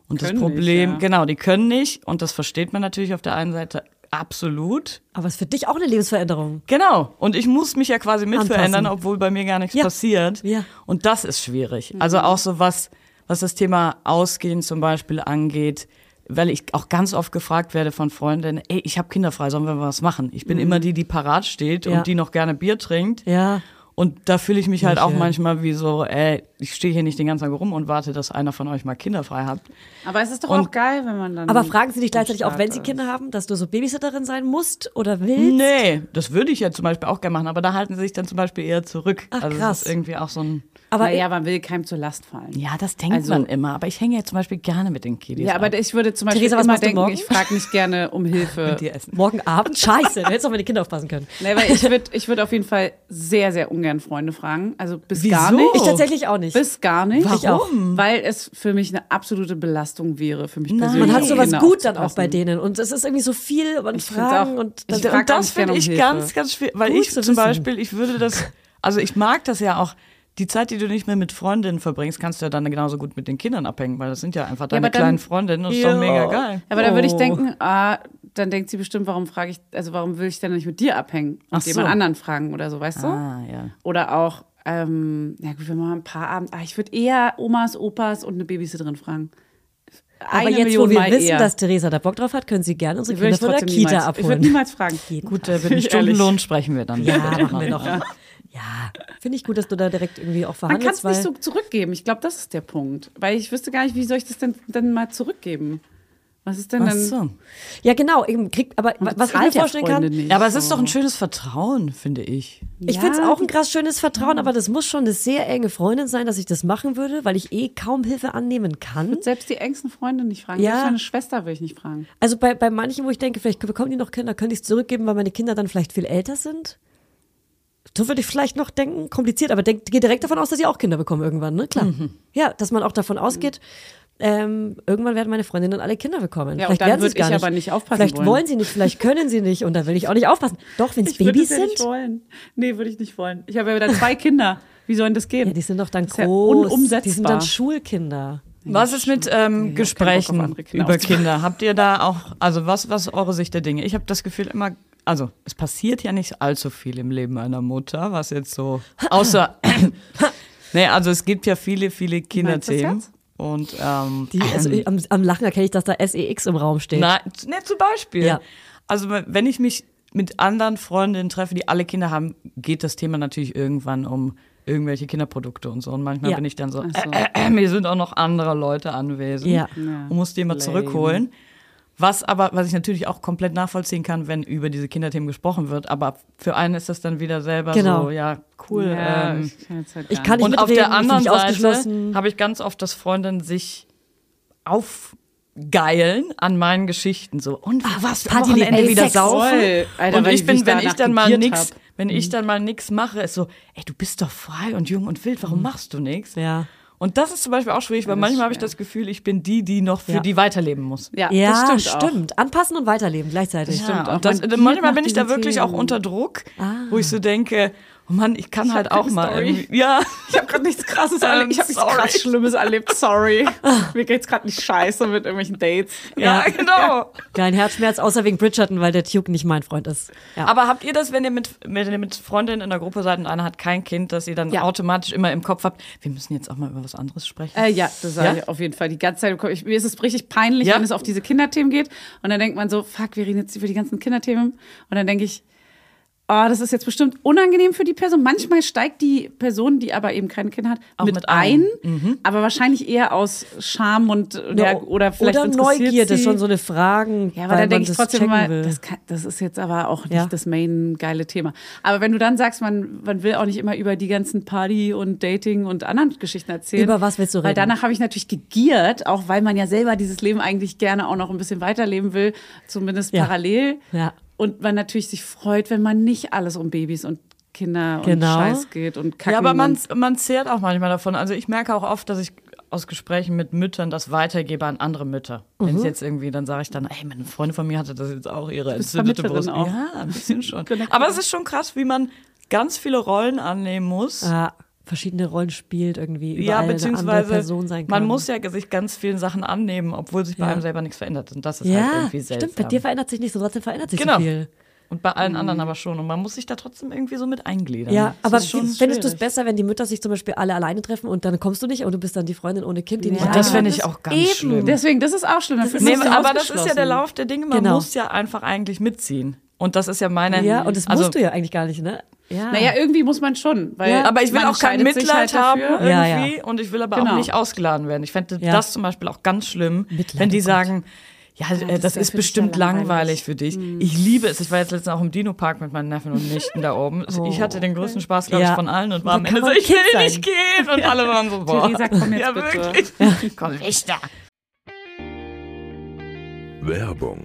B: Und das
D: Können nicht,
B: Problem,
D: ja.
B: genau, die können nicht. Und das versteht man natürlich auf der einen Seite absolut.
C: Aber es ist für dich auch eine Lebensveränderung.
B: Genau. Und ich muss mich ja quasi
C: Anpassen.
B: mitverändern, obwohl bei mir gar nichts
C: Ja.
B: passiert.
C: Ja. Mhm.
B: Und das ist schwierig. Also auch so was, was das Thema Ausgehen zum Beispiel angeht, weil ich auch ganz oft gefragt werde von Freundinnen, ey, ich habe kinderfrei, sollen wir mal was machen? Ich bin immer die, die parat steht
C: Mhm. Ja.
B: und die noch gerne Bier trinkt.
C: Ja.
B: Und da fühle ich mich halt auch
C: schön.
B: manchmal wie so, ey, ich stehe hier nicht den ganzen Tag rum und warte, dass einer von euch mal Kinder frei hat.
D: Aber es ist doch
B: Und-
D: auch geil, wenn man dann.
C: Aber fragen sie dich gleichzeitig
D: am
C: auch, wenn sie
D: Start
C: Kinder haben, dass du so Babysitterin sein musst oder willst?
B: Nee, das würde ich ja zum Beispiel auch gerne machen, aber da halten sie sich dann zum Beispiel eher zurück.
C: Ach,
B: also
C: krass.
B: das ist irgendwie auch so ein.
D: ist.
C: Aber
D: Naja, man will keinem zur Last fallen.
B: Ja, das denkt
D: Also-
B: man immer, aber ich hänge ja zum Beispiel gerne mit den Kiddies.
D: Ja,
B: ab.
D: aber ich würde zum Beispiel
C: Theresa, was
D: immer
C: machst du
D: denken,
C: morgen?
D: ich frage nicht gerne um Hilfe.
B: die essen.
C: morgen Abend? Scheiße, da hättest du auf meine Kinder aufpassen können.
D: nee, weil ich würde ich würd auf jeden Fall sehr, sehr ungern Freunde fragen. Also bis gar
B: Wieso?
D: nicht.
C: Ich tatsächlich auch nicht.
D: Bis gar nicht.
C: Warum? Ich auch.
D: Weil es für mich eine absolute Belastung wäre, für mich
B: Nein.
D: persönlich.
C: man hat
D: um
C: sowas
D: Kinder
C: gut dann auch bei
D: aufzupassen.
C: denen. Und es ist irgendwie so viel und
D: find's
C: Fragen
D: auch-
C: und dann,
D: ich find- frag
B: Also, Und das
D: ganz gern
B: finde
D: um
B: ich
D: Hilfe.
B: ganz, ganz schwierig, weil
C: Gut
B: ich
C: zu
B: zum
C: wissen.
B: Beispiel, ich würde das, also ich mag das ja auch. Die Zeit, die du nicht mehr mit Freundinnen verbringst, kannst du ja dann genauso gut mit den Kindern abhängen, weil das sind ja einfach deine
D: aber dann-
B: kleinen Freundinnen und das ist doch mega geil.
D: Aber da würde ich
C: Oh.
D: denken, ah, dann denkt sie bestimmt, warum frage ich, also warum will ich denn nicht mit dir abhängen und
B: Ach so.
D: jemand anderen fragen oder so, weißt du?
B: Ah, ja.
D: Oder auch, ähm, ja gut, wenn man mal ein paar Abend, ah, ich würde eher Omas, Opas und eine Babysitterin fragen.
C: aber
D: Eine
C: jetzt,
D: Million
C: wo wir
D: Mal
C: wissen,
D: eher.
C: dass Theresa da Bock drauf hat, können sie gerne unsere
D: Würde
C: Kinder
D: ich
C: von der
D: trotzdem
C: Kita
D: niemals, Ich würde
C: abholen.
D: niemals fragen.
B: Gut, äh, über den
D: Ich ehrlich.
B: Stundenlohn sprechen wir dann.
C: Ja,
B: wieder.
C: machen wir noch. Ja, finde ich gut, dass du da direkt irgendwie auch
D: Man kann
C: verhandelst.
D: es nicht
C: weil-
D: so zurückgeben. Ich glaube, das ist der Punkt. Weil ich wüsste gar nicht, wie soll ich das denn, denn mal zurückgeben? Was ist denn
B: Ach
D: dann?
B: so.
C: ja, genau. eben, Krieg, aber wa- was ich
D: Zahlt
C: mir
D: der
C: vorstellen kann,
D: Freunde nicht
B: Ja, aber es ist
D: so.
B: doch ein schönes Vertrauen, finde ich.
C: Ich
D: Ja,
C: finde es auch ein krass schönes Vertrauen, aber das muss schon eine sehr enge Freundin sein, dass ich das machen würde, weil ich eh kaum Hilfe annehmen kann.
D: Selbst die engsten Freunde nicht fragen.
C: Ja.
D: Selbst meine Schwester will ich nicht fragen.
C: Also bei, bei manchen, wo ich denke, vielleicht bekommen die noch Kinder, könnte ich es zurückgeben, weil meine Kinder dann vielleicht viel älter sind. So würde ich vielleicht noch denken, kompliziert, aber denk, geh direkt davon aus, dass sie auch Kinder bekommen irgendwann, ne? Klar.
D: Mhm.
C: Ja, dass man auch davon ausgeht, ähm, irgendwann werden meine Freundinnen alle Kinder bekommen.
D: Ja, und
C: vielleicht
D: dann
C: werden sie es
D: würd ich
C: gar nicht.
D: aber nicht aufpassen
C: Vielleicht
D: wollen.
C: wollen sie nicht, vielleicht können sie nicht und da will ich auch nicht aufpassen. Doch, wenn es
D: Ich würde
C: Babys
D: es ja
C: sind,
D: nicht wollen. Nee, würde ich nicht wollen. Ich habe ja wieder zwei Kinder. Wie soll denn das gehen?
C: ja, die sind doch dann
D: Das ist ja
C: groß,
D: unumsetzbar.
C: die sind dann Schulkinder.
B: Was ist mit ähm,
D: Bock auf
B: Gesprächen
D: andere Kinder
B: über
D: aufzupassen.
B: Kinder? Habt ihr da auch, also was, was ist eure Sicht der Dinge? Ich habe das Gefühl immer, also es passiert ja nicht allzu viel im Leben einer Mutter, was jetzt so, außer, nee, also es gibt ja viele, viele
D: meinst du das
B: Kinderthemen.
D: jetzt?
B: Und, ähm,
C: Die, also ich- am, am Lachen erkenne ich, dass da SEX im Raum steht.
B: na, ne, zum Beispiel.
C: Ja.
B: Also wenn ich mich mit anderen Freundinnen treffe, die alle Kinder haben, geht das Thema natürlich irgendwann um irgendwelche Kinderprodukte und so. Und manchmal
C: Ja.
B: bin ich dann so, äh, äh, mir sind auch noch andere Leute anwesend
C: Ja.
B: und muss die immer
D: Lame.
B: zurückholen. Was aber, was ich natürlich auch komplett nachvollziehen kann, wenn über diese Kinderthemen gesprochen wird, aber für einen ist das dann wieder selber
C: Genau.
B: so, ja, cool.
D: Ja,
B: ähm,
D: ich kann jetzt halt
C: Also ich
D: gar
C: kann nicht
B: und auf
C: mitreden,
B: der anderen
C: ich fühle mich
B: Seite
C: ausgeschlossen.
B: habe ich ganz oft, dass Freundinnen sich aufgeilen an meinen Geschichten so und
C: Ach,
B: was wir am
C: Ah, Party,
B: Wochenende
C: ey,
B: wieder
C: Sex.
B: saufen
D: Voll. Alter,
B: und
D: weil
B: ich
D: wie
B: bin
D: ich
B: wenn
D: danach
B: ich dann mal
D: gegiert
B: nix
D: hab. Mhm.
B: wenn ich dann mal nix mache ist so ey du bist doch frei und jung und wild warum machst du nichts
C: Mhm. Ja.
B: und das ist zum Beispiel auch schwierig weil
D: das ist
B: manchmal habe ich
D: schwer.
B: das Gefühl ich bin die die noch für
C: Ja.
B: die weiterleben muss
D: nicht. Ja,
C: Ja,
D: das stimmt.
C: stimmt. Anpassen und weiterleben gleichzeitig.
D: stimmt
B: Ja,
D: auch.
B: und das,
D: Man giert
B: manchmal
D: nach
B: bin ich da
D: diesen
B: wirklich auch
D: Themen.
B: unter Druck,
C: Ah.
B: wo ich so denke, oh Mann, ich kann halt
D: keine
B: auch mal
D: Story.
B: irgendwie, ja, Ähm,
D: Auch. Ich habe gerade nichts Krasses erlebt. Ähm, Ich habe nichts
B: Sorry.
D: krass Schlimmes erlebt. Sorry.
C: Ah.
D: Mir geht's gerade nicht scheiße mit irgendwelchen Dates.
B: ja, genau.
C: Kein Herzschmerz, außer wegen Bridgerton, weil der Duke nicht mein Freund ist. Ja.
B: Aber habt ihr das, wenn ihr mit, wenn ihr mit Freundinnen in der Gruppe seid und einer hat kein Kind, dass ihr dann
D: Ja.
B: automatisch immer im Kopf habt, wir müssen jetzt auch mal über was anderes sprechen?
D: Äh, ja, das sage
B: Ja?
D: ich auf jeden Fall die ganze Zeit. im Kopf. Ich, mir ist es richtig peinlich,
B: Ja?
D: wenn es auf diese Kinderthemen geht. Und dann denkt man so, fuck, wir reden jetzt über die ganzen Kinderthemen. Und dann denke ich, oh, das ist jetzt bestimmt unangenehm für die Person. Manchmal steigt die Person, die aber eben kein Kind hat, mit,
B: mit ein.
D: ein. Aber wahrscheinlich eher aus Scham und oder, oder vielleicht
C: oder
D: interessiert
C: Neugier, das
D: sie-
C: ist schon so eine Fragen.
D: ja, aber
C: weil
D: da
C: man
D: denke ich
C: das
D: trotzdem
C: checken
D: immer,
C: will.
D: das, kann, das ist jetzt aber auch nicht
C: Ja.
D: das main geile Thema. Aber wenn du dann sagst, man, man will auch nicht immer über die ganzen Party und Dating und anderen Geschichten erzählen.
C: Über was willst du
D: Weil
C: reden?
D: danach habe ich natürlich gegiert, auch weil man ja selber dieses Leben eigentlich gerne auch noch ein bisschen weiterleben will, zumindest
C: Ja.
D: parallel.
C: Ja.
D: Und man natürlich sich freut, wenn man nicht alles um Babys und Kinder
C: Genau.
D: und Scheiß geht und Kacken
B: ja, aber man,
D: und
B: man zehrt auch manchmal davon. Also ich merke auch oft, dass ich aus Gesprächen mit Müttern das weitergebe an andere Mütter. Wenn es jetzt irgendwie, dann sage ich dann, ey, meine Freundin von mir hatte das jetzt auch ihre
D: bist
B: entzündete Brust.
D: Vermittlerin auch.
B: Ja, ein bisschen schon.
D: Connected.
B: aber es ist schon krass, wie man ganz viele Rollen annehmen muss.
C: Ja, verschiedene Rollen spielt irgendwie.
B: Ja,
C: Überall eine andere
B: beziehungsweise
C: Person sein kann.
B: man muss ja sich ganz vielen Sachen annehmen, obwohl sich bei
C: Ja.
B: einem selber nichts verändert. Und das ist halt
C: ja,
B: irgendwie seltsam.
C: stimmt. Bei dir verändert sich nichts, und trotzdem verändert sich
B: Genau.
C: so viel.
B: Und bei allen anderen aber schon. Und man muss sich da trotzdem irgendwie so mit eingliedern.
C: Ja, aber
B: ist schon
C: fändest du es
B: schwierig.
C: besser, wenn die Mütter sich zum Beispiel alle alleine treffen und dann kommst du nicht und du bist dann die Freundin ohne Kind, die nicht
D: Ja.
B: Das
C: einladen?
B: fände ich auch ganz
C: Eben.
B: schlimm.
D: Deswegen, das ist auch schlimm. Das
B: Nee, aber das ist ja der Lauf der Dinge. Man
C: Genau.
B: muss ja einfach eigentlich mitziehen. Und das ist ja meine.
C: Ja, und das
B: also,
C: musst du ja eigentlich gar nicht, ne? Ja.
D: Naja, irgendwie muss man schon. Weil
C: Ja.
B: Aber ich will
D: man
B: auch kein
D: entscheidet sich
B: Mitleid
D: halt
B: haben
D: dafür.
B: irgendwie
C: Ja,
B: und ich will aber
D: Genau.
B: auch nicht ausgeladen werden. Ich fände
C: Ja.
B: das zum Beispiel auch ganz schlimm,
C: Mitleid,
B: wenn die
C: oh Gott.
B: sagen, ja, äh, das,
D: das wär
B: ist
D: für dich
B: bestimmt
D: sehr
B: langweilig.
D: langweilig.
B: für dich. Ich liebe es. Ich war jetzt letztens auch im Dino-Park mit meinen Neffen und Nichten da oben. Also ich hatte den größten Spaß, glaube ich,
C: Ja.
B: von allen und war am
C: Da
B: Ende
C: kann
B: so,
C: man
B: ich will
C: Kind sein.
B: nicht gehen. Und alle waren so, boah.
D: Theresa, komm jetzt
B: ja,
D: bitte.
B: wirklich. Komm, ich da.
E: Werbung,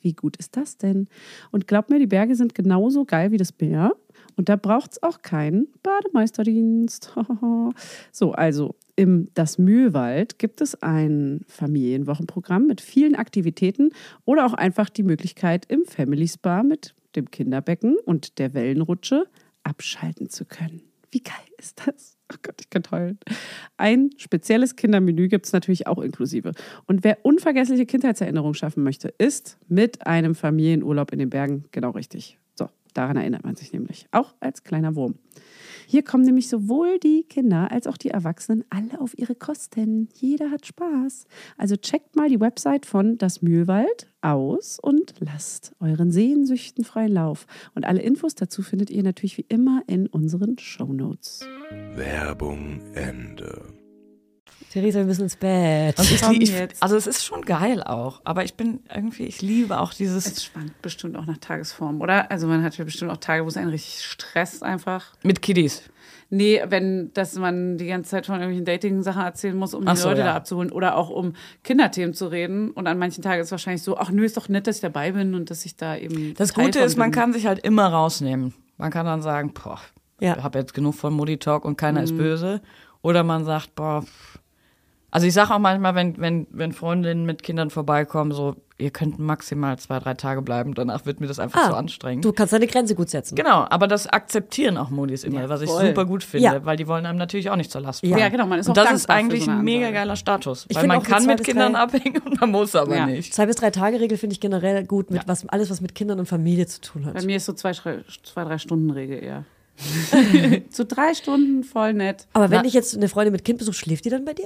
A: Wie gut ist das denn? Und glaub mir, die Berge sind genauso geil wie das Meer. Und da braucht es auch keinen Bademeisterdienst. so, also im Das Mühlwald gibt es ein Familienwochenprogramm mit vielen Aktivitäten oder auch einfach die Möglichkeit, im Family Spa mit dem Kinderbecken und der Wellenrutsche abschalten zu können. Wie geil ist das? Oh Gott, ich kann heulen. Ein spezielles Kindermenü gibt es natürlich auch inklusive. Und wer unvergessliche Kindheitserinnerungen schaffen möchte, ist mit einem Familienurlaub in den Bergen genau richtig. So, daran erinnert man sich nämlich. Auch als kleiner Wurm. Hier kommen nämlich sowohl die Kinder als auch die Erwachsenen alle auf ihre Kosten. Jeder hat Spaß. Also checkt mal die Website von Das Mühlwald aus und lasst euren Sehnsüchten freien Lauf. Und alle Infos dazu findet ihr natürlich wie immer in unseren Shownotes.
E: Werbung, Ende.
C: Theresa, wir müssen ins Bett.
B: Und ich,
D: Komm
B: ich,
D: jetzt.
B: also es ist schon geil auch, aber ich bin irgendwie, ich liebe auch dieses
D: Es spannt bestimmt auch nach Tagesform, oder? Also man hat ja bestimmt auch Tage, wo es einen richtig stresst einfach.
B: mit Kiddies.
D: Nee, wenn, dass man die ganze Zeit von irgendwelchen Dating-Sachen erzählen muss, um
B: Ach
D: die
B: so,
D: Leute
B: ja.
D: da abzuholen oder auch um Kinderthemen zu reden. Und an manchen Tagen ist es wahrscheinlich so, ach nö, ist doch nett, dass ich dabei bin und dass ich da eben.
B: Das
D: Teil
B: Gute
D: von
B: ist, man
D: bin.
B: kann sich halt immer rausnehmen. Man kann dann sagen, boah, ich
C: Ja.
B: habe jetzt genug von Moody Talk und keiner
D: Mhm.
B: ist böse. Oder man sagt, boah, pff. also ich sage auch manchmal, wenn, wenn, wenn Freundinnen mit Kindern vorbeikommen, so, ihr könnt maximal zwei, drei Tage bleiben, danach wird mir das einfach
D: Ah,
B: so anstrengend.
C: Ah, Du kannst deine Grenze gut setzen.
B: Genau, aber das akzeptieren auch Modis immer, was ich
D: voll.
B: super gut finde,
C: Ja.
B: weil die wollen einem natürlich auch nicht zur Last
C: Ja.
B: fallen.
D: Ja, genau, man ist
B: und
D: auch
B: das
D: dankbar
B: ist
D: für
B: eigentlich
D: so eine
B: ein mega
D: Ansage.
B: geiler Status, weil
C: find
B: man
C: auch, die
B: kann
C: zwei
B: mit
C: bis
B: Kindern
C: drei-
B: abhängen und man muss aber
D: Ja.
B: nicht.
C: Zwei bis drei Tage Regel finde ich generell gut mit was alles was mit Kindern und Familie zu tun
D: Bei
C: hat.
D: mir ist so zwei, drei- zwei drei Stunden Regel eher. so drei Stunden voll nett.
C: Aber wenn
B: Na- Mhm.
C: ich jetzt eine Freundin mit Kind besuche, schläft die dann bei dir?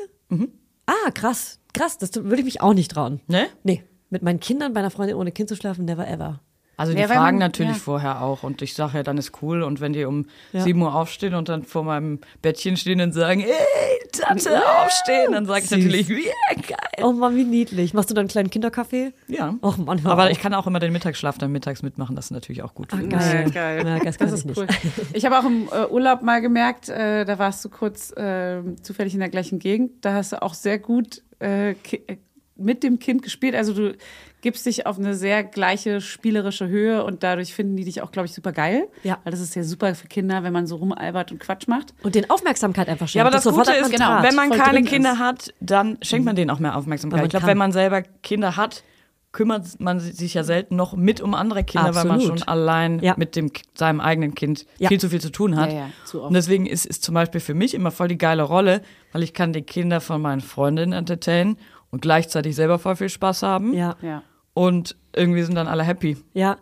C: Ah, krass, krass, das tu- würde ich mich auch nicht trauen.
B: Ne?
C: Nee, mit meinen Kindern bei einer Freundin ohne Kind zu schlafen, never ever.
B: Also die
D: Ja, weil
B: fragen
D: man-
B: natürlich
D: ja.
B: vorher auch und ich sage ja, dann ist cool und wenn die um 7 Uhr aufstehen und dann vor meinem Bettchen stehen und sagen, ey, Tante, aufstehen, dann sage ich natürlich, yeah, geil.
C: Oh Mann, wie niedlich. Machst du dann einen kleinen Kinderkaffee?
B: Äh. Ja.
C: Och Mann, hör
B: Aber
C: auf.
B: ich kann auch immer den Mittagsschlaf dann mittags mitmachen, das ist natürlich auch gut. für mich.
D: Geil,
C: Geil.
D: geil.
C: Ja, das kann ich nicht.
D: Ich habe auch im äh, Urlaub mal gemerkt, äh, da warst du kurz ähm, zufällig in der gleichen Gegend. Da hast du auch sehr gut äh, ki- äh, mit dem Kind gespielt. Also du gibst dich auf eine sehr gleiche spielerische Höhe und dadurch finden die dich auch, glaube ich, super geil.
C: Ja.
D: Weil das ist ja super für Kinder, wenn man so rumalbert und Quatsch macht.
C: Und den Aufmerksamkeit einfach
B: Ja,
C: schenken.
B: aber das
C: sofort
B: Gute
C: hat
B: ist, genau,
C: man Draht,
B: wenn man
C: voll
B: keine
C: drin
B: Kinder
C: ist.
B: hat, dann schenkt man denen auch mehr Aufmerksamkeit.
C: Weil man
B: ich glaube,
C: kann.
B: wenn man selber Kinder hat, kümmert man sich ja selten noch mit um andere Kinder, weil man
C: Absolut.
B: schon allein
C: Ja.
B: mit dem, K- seinem eigenen Kind
C: Ja.
B: viel zu viel zu tun hat.
D: Ja, ja, zu oft.
B: Und deswegen ist es zum Beispiel für mich immer voll die geile Rolle, weil ich kann die Kinder von meinen Freundinnen entertainen und gleichzeitig selber voll viel Spaß haben.
C: Ja.
D: Ja.
B: Und irgendwie sind dann alle happy.
C: Ja.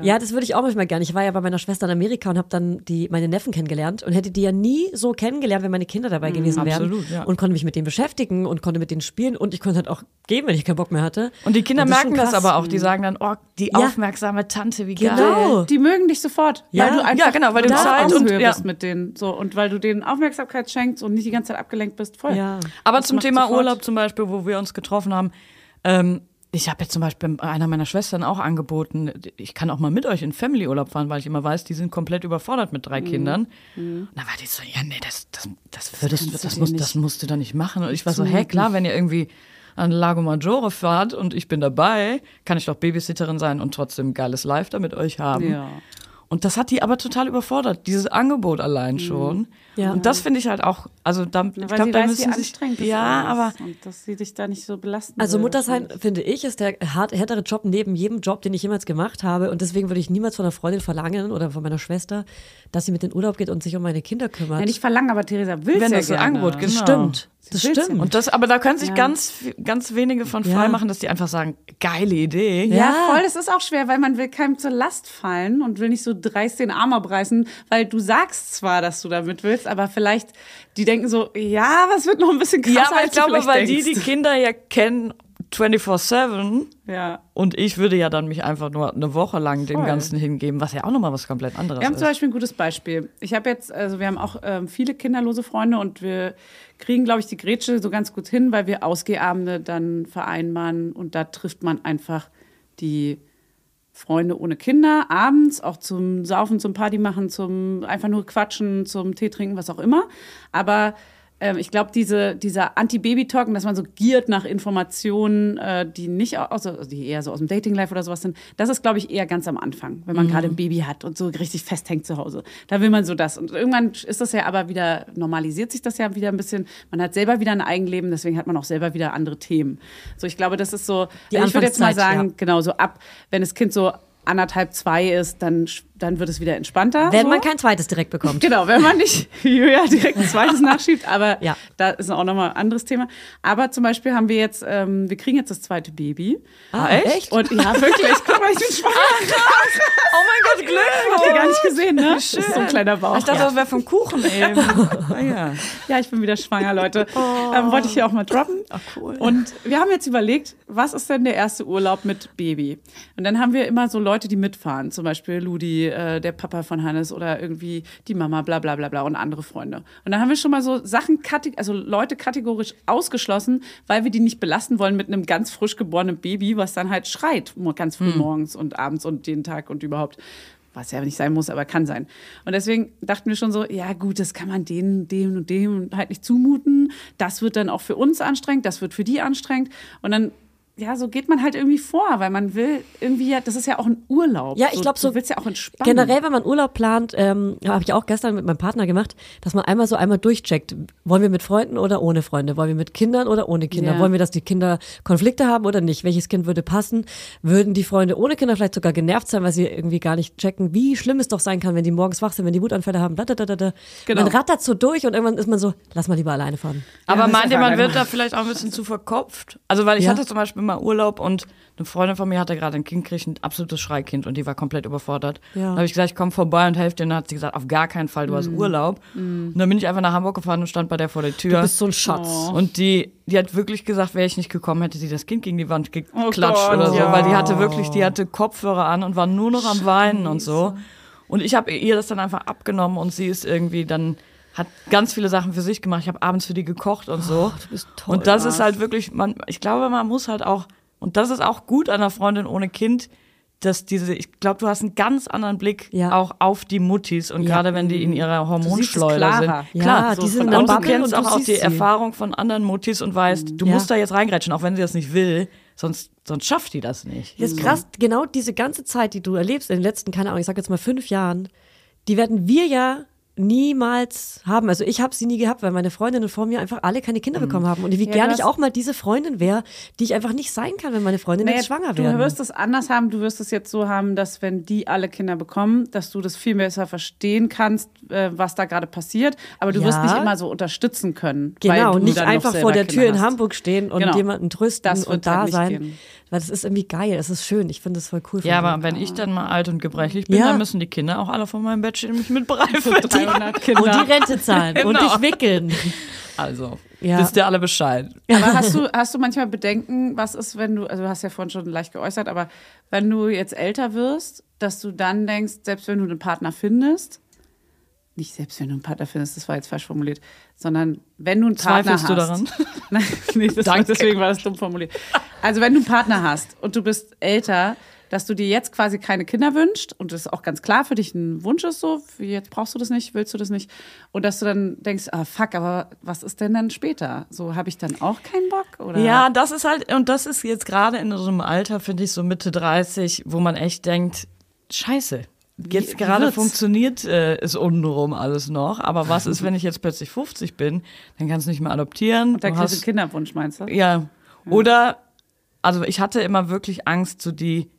C: ja, das würde ich auch manchmal gerne. Ich war ja bei meiner Schwester in Amerika und habe dann die, meine Neffen kennengelernt und hätte die ja nie so kennengelernt, wenn meine Kinder dabei gewesen wären.
B: Mhm, absolut, ja.
C: Und konnte mich mit denen beschäftigen und konnte mit denen spielen und ich konnte halt auch gehen, wenn ich keinen Bock mehr hatte.
B: Und die Kinder
C: Und das ist
B: merken
C: schon
B: das
C: krass. Mhm.
B: aber auch. Die sagen dann, oh, die
C: Ja.
B: aufmerksame Tante, wie geil.
C: Genau.
D: Die mögen dich sofort,
C: Ja,
D: weil du einfach
B: ja, genau, weil du
D: auf
B: Zeit und-
D: Augenhöhe
B: ja.
D: bist mit denen so und weil du denen Aufmerksamkeit schenkst und nicht die ganze Zeit abgelenkt bist. Voll.
C: Ja.
B: Aber zum
D: macht
B: Thema
D: sofort-
B: Urlaub zum Beispiel, wo wir uns getroffen haben, ähm, ich habe jetzt zum Beispiel einer meiner Schwestern auch angeboten, ich kann auch mal mit euch in Family-Urlaub fahren, weil ich immer weiß, die sind komplett überfordert mit
D: Mhm.
B: drei Kindern. Und da war die so, ja, nee, das, das, das würdest das,
D: kannst du
B: das,
D: dir
B: musst,
D: nicht
B: das musst du da nicht machen. Und ich war so, hey, klar, wenn ihr irgendwie an Lago Maggiore fahrt und ich bin dabei, kann ich doch Babysitterin sein und trotzdem geiles Live da mit euch haben.
D: Ja.
B: Und das hat die aber total überfordert, dieses Angebot allein
D: Mhm.
B: schon.
C: Ja.
B: Und das finde ich halt auch, also da,
D: Ne, Weil
B: ich glaube,
D: sie
B: da
D: weiß,
B: müssen
D: wie
B: sich,
D: anstrengend das
B: ja, aber
D: alles ist und dass sie dich da nicht so belasten.
C: Also
D: will,
C: Muttersein,
D: wahrscheinlich.
C: finde ich, ist der hart, härtere Job neben jedem Job, den ich jemals gemacht habe. Und deswegen würde ich niemals von einer Freundin verlangen oder von meiner Schwester, dass sie mit in den Urlaub geht und sich um meine Kinder kümmert.
D: Ja, nicht verlangen, aber Theresa will
B: wenn
D: ja
B: das so
D: gerne.
B: Angebot
C: das
B: genau.
C: stimmt. Das
D: will's ja
C: stimmt.
B: Und das, aber da können sich
D: Ja.
B: ganz, vi- ganz wenige von
C: Ja.
B: frei machen, dass die einfach sagen, geile Idee.
D: Ja,
C: Ja.
D: voll, es ist auch schwer, weil man will keinem zur Last fallen und will nicht so dreist den Arm abreißen, weil du sagst zwar, dass du damit willst, aber vielleicht, die denken so, ja, was wird noch ein bisschen krasser,
B: Ja, aber ich
D: als du
B: glaube,
D: vielleicht
B: weil
D: denkst.
B: die die Kinder ja kennen 24-7
D: ja.
B: und ich würde ja dann mich einfach nur eine Woche lang dem
D: Voll.
B: Ganzen hingeben, was ja auch nochmal was komplett anderes
D: Wir haben
B: ist.
D: zum Beispiel ein gutes Beispiel. Ich habe jetzt, also wir haben auch ähm, viele kinderlose Freunde und wir kriegen, glaube ich, die Grätsche so ganz gut hin, weil wir Ausgehabende dann vereinbaren und da trifft man einfach die Freunde ohne Kinder abends, auch zum Saufen, zum Party machen, zum einfach nur quatschen, zum Tee trinken, was auch immer. Aber ähm, ich glaube, diese, dieser Anti-Baby-Talk, und dass man so giert nach Informationen, äh, die nicht au- aus, also die eher so aus dem Dating-Life oder sowas sind, das ist, glaube ich, eher ganz am Anfang, wenn
C: Mhm.
D: man gerade ein Baby hat und so richtig festhängt zu Hause. Da will man so das. Und irgendwann ist das ja aber wieder, normalisiert sich das ja wieder ein bisschen. Man hat selber wieder ein Eigenleben, deswegen hat man auch selber wieder andere Themen. So, ich glaube, das ist so, also,
C: Die
D: ich würde jetzt mal
C: Anfangszeit,
D: sagen,
C: ja.
D: genau so ab, wenn das Kind so anderthalb, zwei ist, dann, sch- dann wird es wieder entspannter.
C: Wenn
D: so.
C: man kein zweites direkt bekommt.
D: Genau, wenn man nicht Julia direkt ein zweites nachschiebt, aber
C: Ja.
D: da ist auch nochmal ein anderes Thema. Aber zum Beispiel haben wir jetzt, ähm, wir kriegen jetzt das zweite Baby.
C: Ah, echt?
D: Und ja, wirklich, guck mal, ich bin schwanger.
B: oh mein Gott,
D: Habt ihr
B: Glück!
D: gar nicht gesehen, ne? Das ist so ein kleiner Bauch.
B: Ich dachte, das wäre vom Kuchen eben. ah, ja.
D: Ja, ich bin wieder schwanger, Leute. Ähm, wollte ich hier auch mal droppen.
B: cool.
D: Und wir haben jetzt überlegt, was ist denn der erste Urlaub mit Baby? Und dann haben wir immer so Leute, die mitfahren. Zum Beispiel Ludi, äh, der Papa von Hannes oder irgendwie die Mama, bla bla bla bla und andere Freunde. Und dann haben wir schon mal so Sachen, kate- also Leute kategorisch ausgeschlossen, weil wir die nicht belasten wollen mit einem ganz frisch geborenen Baby, was dann halt schreit, mo- ganz
C: Hm.
D: früh morgens und abends und jeden Tag und überhaupt was ja nicht sein muss, aber kann sein. Und deswegen dachten wir schon so, ja gut, das kann man denen, dem und dem halt nicht zumuten. Das wird dann auch für uns anstrengend, das wird für die anstrengend. Und dann, ja, so geht man halt irgendwie vor, weil man will irgendwie ja, das ist ja auch ein Urlaub.
C: Ja, ich glaube so.
D: Du willst ja auch entspannen.
C: Generell, wenn man Urlaub plant, ähm, habe ich auch gestern mit meinem Partner gemacht, dass man einmal so einmal durchcheckt. Wollen wir mit Freunden oder ohne Freunde? Wollen wir mit Kindern oder ohne Kinder?
D: Ja.
C: Wollen wir, dass die Kinder Konflikte haben oder nicht? Welches Kind würde passen? Würden die Freunde ohne Kinder vielleicht sogar genervt sein, weil sie irgendwie gar nicht checken, wie schlimm es doch sein kann, wenn die morgens wach sind, wenn die Wutanfälle haben? Blablabla.
D: Genau.
C: Man rattert so durch und irgendwann ist man so, lass mal lieber alleine fahren.
B: Aber
D: das
B: meint ihr,
D: war
B: man
D: geil.
B: wird da vielleicht auch ein bisschen zu verkopft? Also, weil ich
C: Ja.
B: hatte zum Beispiel mal Urlaub und eine Freundin von mir hatte gerade ein Kind gekriegt, ein absolutes Schreikind und die war komplett überfordert.
C: Ja. Mhm.
B: Ja. Dann habe ich gesagt, ich komme vorbei und helfe dir. Und dann hat sie gesagt, auf gar keinen Fall, du hast Urlaub. Und dann bin ich einfach nach Hamburg gefahren und stand bei der vor der Tür.
C: Du bist so ein Schatz.
B: Und die, die hat wirklich gesagt, wäre ich nicht gekommen, hätte sie das Kind gegen die Wand geklatscht
C: Oh
D: Gott,
B: oder so,
D: ja.
B: weil die hatte wirklich, die hatte Kopfhörer an und war nur noch am Weinen und so. Und ich habe ihr das dann einfach abgenommen und sie ist irgendwie dann hat ganz viele Sachen für sich gemacht. Ich habe abends für die gekocht und so.
C: du bist toll,
B: und das ist halt wirklich, man, ich glaube, man muss halt auch, und das ist auch gut an einer Freundin ohne Kind, dass diese, ich glaube, du hast einen ganz anderen Blick
C: Ja.
B: auch auf die Muttis und gerade wenn die in ihrer Hormonschleuder sind.
D: klarer.
C: Ja, die
D: so
C: sind
D: von
C: in der
B: Und
D: außen
B: du
C: Bubble
B: kennst
C: und
B: auch,
C: du
B: auch die
C: siehst sie.
B: Erfahrung von anderen Mutis und weißt, du
C: Ja.
B: musst da jetzt reingrätschen, auch wenn sie das nicht will, sonst, sonst schafft die das nicht.
D: Mhm.
C: Das ist krass, genau diese ganze Zeit, die du erlebst in den letzten, keine Ahnung, ich sag jetzt mal fünf Jahren, die werden wir ja niemals haben. Also ich habe sie nie gehabt, weil meine Freundinnen vor mir einfach alle keine Kinder bekommen haben. Und wie
D: Mhm. du
C: gern ich
D: hast-
C: auch mal diese Freundin wäre, die ich einfach nicht sein kann, wenn meine Freundin jetzt
D: Naja,
C: schwanger
D: du
C: wäre.
D: wirst es anders haben, du wirst es jetzt so haben, dass wenn die alle Kinder bekommen, dass du das viel besser verstehen kannst, äh, was da gerade passiert. Aber du
C: Ja.
D: wirst nicht immer so unterstützen können. weil
C: Genau,
D: du
C: nicht
D: dann noch
C: einfach
D: selber
C: vor der
D: Kinder
C: Tür in
D: hast.
C: Hamburg stehen und
D: Genau.
C: jemanden trösten
D: Das wird
C: und
D: halt
C: da
D: nicht
C: sein.
D: gehen.
C: Weil das ist irgendwie geil, das ist schön. Ich finde das voll cool. von
B: Ja,
C: dir.
B: aber wenn ich dann mal alt und gebrechlich bin,
C: Ja.
B: dann müssen die Kinder auch alle vor meinem Bett stehen und mich mit Brei verdienen.
D: 300
C: und
D: Kinder.
C: die Rente zahlen und
B: Genau.
C: dich wickeln.
B: Also,
C: Ja.
B: wisst ihr alle Bescheid.
D: Aber hast du, hast du manchmal Bedenken, was ist, wenn du, also du hast ja vorhin schon leicht geäußert, aber wenn du jetzt älter wirst, dass du dann denkst, selbst wenn du einen Partner findest, nicht selbst wenn du einen Partner findest, das war jetzt falsch formuliert, sondern wenn du einen Partner
B: Zweifelst
D: hast.
B: du daran?
D: Nein, nee, das war, deswegen war das dumm formuliert. Also wenn du einen Partner hast und du bist älter, dass du dir jetzt quasi keine Kinder wünschst und das auch ganz klar für dich ein Wunsch ist, so, wie jetzt brauchst du das nicht, willst du das nicht. Und dass du dann denkst, ah fuck, aber was ist denn dann später? So, habe ich dann auch keinen Bock? Oder?
B: Ja, das ist halt, und das ist jetzt gerade in so einem Alter, finde ich, so Mitte 30, wo man echt denkt, scheiße. Jetzt
D: wie
B: gerade
D: wird's?
B: funktioniert äh, es untenrum alles noch, aber was ist, wenn ich jetzt plötzlich 50 bin? Dann kannst du nicht mehr adoptieren.
D: Da
B: du
D: kriegst du einen
B: hast,
D: Kinderwunsch, meinst du?
B: ja.
D: Hm.
B: Oder, also ich hatte immer wirklich Angst, so die,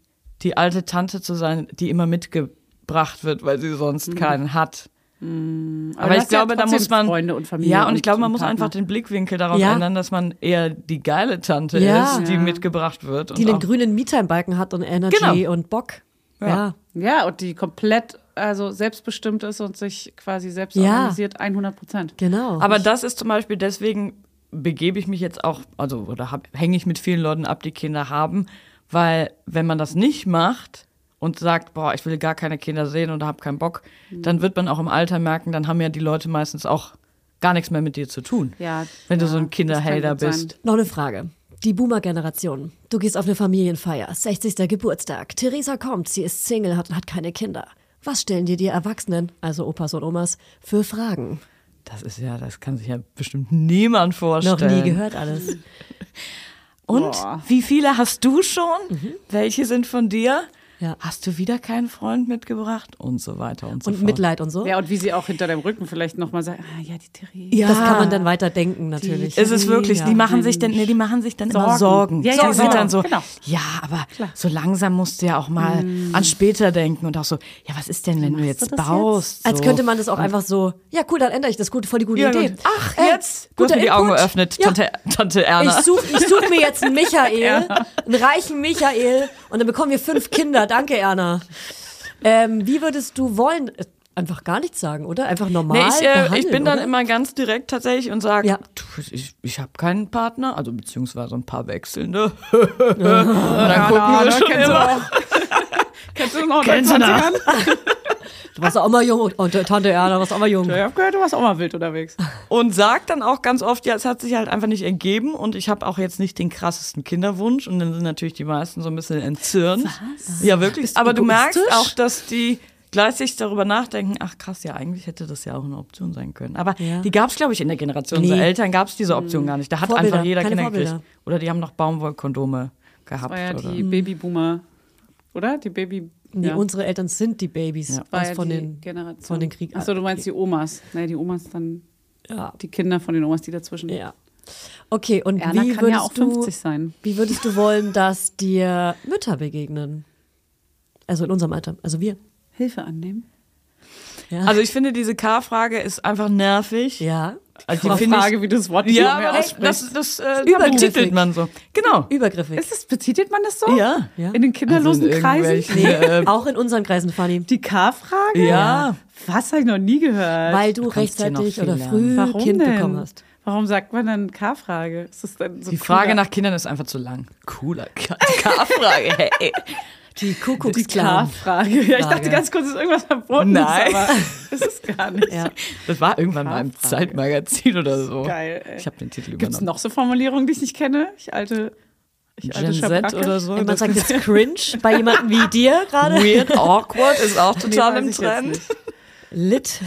B: die alte Tante zu sein, die immer mitgebracht wird, weil sie sonst keinen hat.
D: Hm. du
B: Aber, ich
D: hast ja
B: glaube, da
D: trotzdem
B: muss man
D: Freunde und Familie
B: Ja, und ich glaube,
D: und
B: man muss
D: Partner.
B: einfach den Blickwinkel darauf
C: Ja.
B: ändern, dass man eher die geile Tante
C: Ja.
B: ist, die
D: Ja.
B: mitgebracht wird. und
C: Die den
B: auch-
C: grünen Mieter im Balken hat und Energy
B: Genau.
C: und Bock. Ja.
B: Ja.
D: Genau. Ja, und die komplett also selbstbestimmt ist und sich quasi selbst
C: Ja.
D: organisiert, 100 Prozent.
C: genau.
B: Aber das ist zum Beispiel deswegen begebe ich mich jetzt auch, also oder hab- hänge ich mit vielen Leuten ab, die Kinder haben, weil wenn man das nicht macht und sagt, boah, ich will gar keine Kinder sehen und habe keinen Bock,
D: Mhm.
B: dann wird man auch im Alter merken, dann haben ja die Leute meistens auch gar nichts mehr mit dir zu tun.
D: Ja,
B: wenn du
D: ja,
B: so ein
D: das kann
B: Kinderhater
D: gut sein.
B: bist.
C: Noch eine Frage. Die Boomer-Generation. Du gehst auf eine Familienfeier, 60. Geburtstag. Theresa kommt, sie ist Single, hat, hat keine Kinder. Was stellen dir die Erwachsenen, also Opas und Omas, für Fragen?
B: Das ist ja, das kann sich ja bestimmt niemand vorstellen.
C: Noch nie gehört alles.
B: Und
D: Boah.
B: wie viele hast du schon? Welche sind von dir?
C: Mhm. Ja.
B: Hast du wieder keinen Freund mitgebracht? Und so weiter und so
C: Und
B: fort.
C: Mitleid und so.
D: Ja, und wie sie auch hinter deinem Rücken vielleicht nochmal sagt, ah ja, die Therese.
C: Ja. Das kann man dann weiterdenken, natürlich.
B: Ist es wirklich,
C: Ja.
B: die machen sich dann, nee, die machen sich dann immer Sorgen.
D: Sorgen. Ja, ja,
B: die sind
D: Sorgen,
B: dann so,
D: genau.
B: ja, aber so langsam musst du ja auch mal an später denken und auch so, ja, was ist denn, wenn du jetzt
C: Mm. das
B: baust?
C: Als
B: so.
C: könnte man das auch einfach so, ja cool, dann ändere ich das, gut, voll die gute
B: Ja,
C: Idee.
B: gut. Ach,
C: Äh,
B: jetzt? Du hast mir die
C: Input.
B: Augen geöffnet,
C: Ja.
B: Tante, Tante Erna.
C: Ich suche ich such mir jetzt einen Michael, einen reichen Michael und dann bekommen wir fünf Kinder. Danke, Erna. Ähm, wie würdest du wollen? Äh, Einfach gar nichts sagen, oder? Einfach normal
B: Nee, ich, äh, ich
C: behandeln,
B: bin dann
C: oder?
B: immer ganz direkt tatsächlich und sage,
C: Ja.
B: "Du, ich, ich habe keinen Partner, also beziehungsweise ein paar wechselnde. und dann gucken wir schon
D: ne, kennst
B: immer.
D: du auch. kennst du ne? noch?
B: Kennst du noch?
C: Du warst auch immer jung und, und äh, Tante Erna warst auch immer jung.
D: Ich hab gehört, du warst auch mal wild unterwegs.
B: Und sagt dann auch ganz oft, ja, es hat sich halt einfach nicht ergeben und ich habe auch jetzt nicht den krassesten Kinderwunsch und dann sind natürlich die meisten so ein bisschen entzürnt. Was? Ja, wirklich. Aber du merkst
C: egoistisch?
B: auch, dass die gleichzeitig darüber nachdenken, ach krass, ja, eigentlich hätte das ja auch eine Option sein können. Aber
C: Ja.
B: die gab es, glaube ich, in der Generation unserer
C: Nee. Hm.
B: Eltern gab es diese Option gar nicht. Da hat
C: Vorbilder,
B: einfach jeder
C: keine
B: Kinder
C: Vorbilder.
B: gekriegt. Oder die haben noch Baumwollkondome gehabt.
D: War ja
B: oder?
D: die Babyboomer, oder? Die Baby...
C: Nee,
D: ja.
C: unsere Eltern sind die Babys
D: war
C: aus
D: ja
C: von,
D: die
C: den,
D: Generation.
C: von den Ah, Kriegen.
D: Achso, du meinst die Omas. Nee, die Omas dann,
C: ja.
D: die Kinder von den Omas, die dazwischen.
C: ja. Okay, und
D: Erna
C: wie
D: kann
C: würdest
D: ja auch 50
C: du,
D: sein.
C: wie würdest du wollen, dass dir Mütter begegnen? Also in unserem Alter, also wir.
D: Hilfe annehmen.
C: Ja.
B: Also ich finde, diese K-Frage ist einfach nervig.
C: ja.
B: Also
D: Die
B: die finde
D: Frage,
B: ich,
D: wie du das Wort nicht
B: ja,
D: mehr
B: aber das,
D: aussprichst.
B: das, das äh,
C: Übergriffig.
B: betitelt man so. Genau.
C: Übergriffig.
D: Ist das, betitelt man das so?
B: Ja.
C: Ja.
D: Also In den kinderlosen Kreisen?
B: Nee. äh,
C: auch in unseren Kreisen, Fanny.
D: Die K-Frage?
B: Ja.
D: Was habe ich noch nie gehört?
C: Weil du
B: kannst hier noch
C: rechtzeitig
B: viel
C: oder
B: lernen.
C: früh
D: Warum
C: Kind
D: denn?
C: bekommen hast.
D: Warum sagt man dann K-Frage? Ist das denn so
B: Die Frage
D: cooler?
B: nach Kindern ist einfach zu lang. Cooler K- K-Frage. Hey.
C: Die
D: die
C: Kuckucksklar.
D: K-Frage. Ja, ich dachte
C: Frage.
D: ganz kurz, ist irgendwas verboten.
B: Nein.
D: aber es ist gar nicht.
C: Ja.
B: Das war irgendwann mal im
D: K-Frage.
B: Zeitmagazin oder so.
D: Geil, ey.
B: Ich habe den Titel
D: Gibt es
B: übernommen.
D: noch so Formulierungen, die ich nicht kenne? Ich alte, ich alte
B: Gen Z
D: Schabracke?
B: oder so.
C: Wenn man
B: Das
C: sagt jetzt cringe bei jemandem wie dir gerade.
B: Weird Awkward ist auch
D: Nee,
B: total
D: weiß
B: im
D: ich jetzt
B: Trend.
D: nicht.
C: Lit.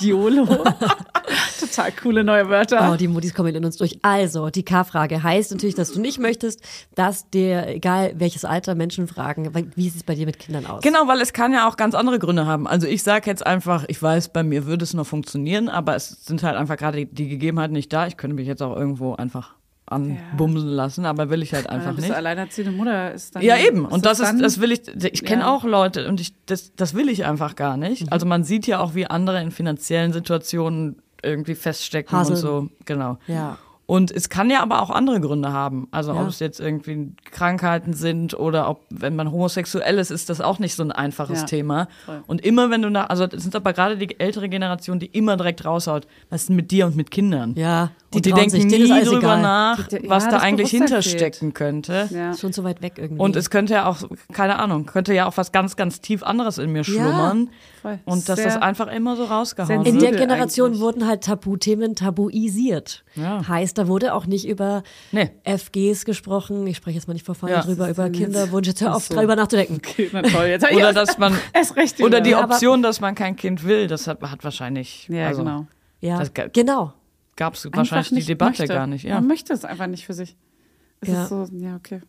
D: YOLO. Total coole neue Wörter.
C: Oh, die Modis kommen in uns durch. Also, die K-Frage heißt natürlich, dass du nicht möchtest, dass dir, egal welches Alter, Menschen fragen, weil- wie sieht es bei dir mit Kindern aus?
B: Genau, weil es kann ja auch ganz andere Gründe haben. Also ich sage jetzt einfach, ich weiß, bei mir würde es noch funktionieren, aber es sind halt einfach gerade die- die Gegebenheiten nicht da. Ich könnte mich jetzt auch irgendwo einfach anbumsen lassen, aber will ich halt
D: Dann
B: einfach
D: Äh, bist
B: nicht.
D: du alleinerziehende Mutter. Ist dann,
B: Ja, eben.
D: Hm, ist
B: Und das,
D: dann-
B: ist, das will ich, ich kenne
D: Ja.
B: auch Leute und ich, das, das will ich einfach gar nicht. Also man sieht ja auch, wie andere in finanziellen Situationen irgendwie feststecken
C: Haseln.
B: und so. Genau.
C: Ja.
B: Und es kann ja aber auch andere Gründe haben. Also
C: Ja.
B: ob es jetzt irgendwie Krankheiten sind oder ob, wenn man homosexuell ist, ist das auch nicht so ein einfaches
D: Ja,
B: Thema. Und immer wenn du nach, also es sind aber gerade die ältere Generation, die immer direkt raushaut, was ist denn mit dir und mit Kindern?
C: Ja, die
B: und die
C: trauen
B: denken
C: sich, denen
B: nie
C: ist alles
B: drüber
C: egal.
B: nach,
D: Die- ja,
B: was da
D: das
B: eigentlich
D: Bewusstsein
B: hinterstecken könnte.
D: Ja.
C: Schon so weit weg irgendwie.
B: Und es könnte ja auch, keine Ahnung, könnte ja auch was ganz, ganz tief anderes in mir schlummern.
D: voll.
B: Und dass
D: Sehr-
B: das einfach immer so rausgehauen ne?
D: Sehr
C: in
B: wird.
C: der
D: Übel
C: Generation
D: eigentlich.
C: wurden halt Tabuthemen tabuisiert.
B: Ja.
C: Heißt, da wurde auch nicht über
B: Nee.
C: FGs gesprochen. Ich spreche jetzt mal nicht vor Feind
B: Ja.
C: drüber, über Kinderwunsch. Jetzt hör auf, drüber nachzudenken.
D: Na toll, jetzt hab ich
B: Oder
D: erst-
B: dass man,
D: erst recht
B: oder die
D: wieder.
B: Option, dass man kein Kind will, das hat, hat wahrscheinlich,
D: Ja,
B: also,
D: genau.
C: Ja,
B: Das ge-
C: genau.
B: gab es
D: Einfach
B: wahrscheinlich die
D: nicht
B: Debatte
D: möchte.
B: gar nicht. Ja.
D: Man möchte es einfach nicht für sich. Es
C: Ja.
D: ist so, ja, okay.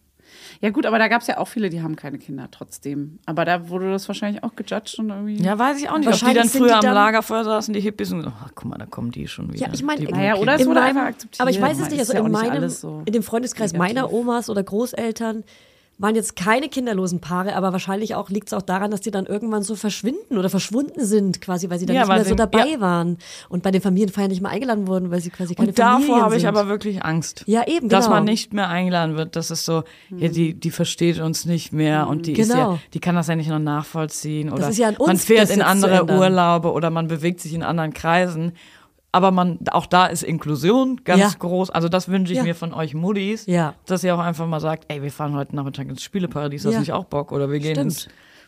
D: Ja, gut, aber da gab es ja auch viele, die haben keine Kinder trotzdem. Aber da wurde das wahrscheinlich auch gejudged und irgendwie.
B: ja, weiß ich auch nicht. Ob die
C: Wahrscheinlich
B: dann
C: sind
B: früher
C: die
B: am
C: dann-
B: Lagerfeuer saßen, die Hippies und ach, guck mal, da kommen die schon wieder.
C: Ja, ich meine,
B: Die-
D: Naja, Ah oder es
C: in
D: wurde
C: meinem-
D: einfach akzeptiert.
C: Aber ich weiß es
D: Man
C: nicht,
D: ist
C: also
D: ja auch
C: in
D: nicht
C: meinem,
D: alles so
C: in dem Freundeskreis
D: negativ.
C: meiner Omas oder Großeltern waren jetzt keine kinderlosen Paare, aber wahrscheinlich auch liegt es auch daran, dass die dann irgendwann so verschwinden oder verschwunden sind, quasi, weil sie dann
B: Ja,
C: nicht
B: weil
C: mehr so
B: sie-
C: dabei
B: ja.
C: waren und bei den Familienfeiern nicht mehr eingeladen wurden, weil sie quasi keine
B: Und davor
C: Familien
B: habe ich
C: sind.
B: aber wirklich Angst.
C: Ja, eben,
B: Dass
C: genau.
B: man
C: Hm.
B: nicht mehr eingeladen wird. Das ist so, ja, die, die versteht uns nicht mehr und die ist
C: Genau.
B: ja, die kann das ja nicht noch nachvollziehen. Oder
C: ist ja an uns,
B: man
C: das
B: fährt in
C: jetzt zu
B: andere
C: ändern.
B: Urlaube oder man bewegt sich in anderen Kreisen. Aber man, auch da ist Inklusion ganz
C: Ja.
B: groß. Also das wünsche ich
C: Ja.
B: mir von euch Muddies,
C: Ja.
B: dass ihr auch einfach mal sagt, ey, wir fahren heute Nachmittag ins Spieleparadies, hast
C: Ja.
B: nicht auch Bock? Oder wir gehen
C: Stimmt.
B: ins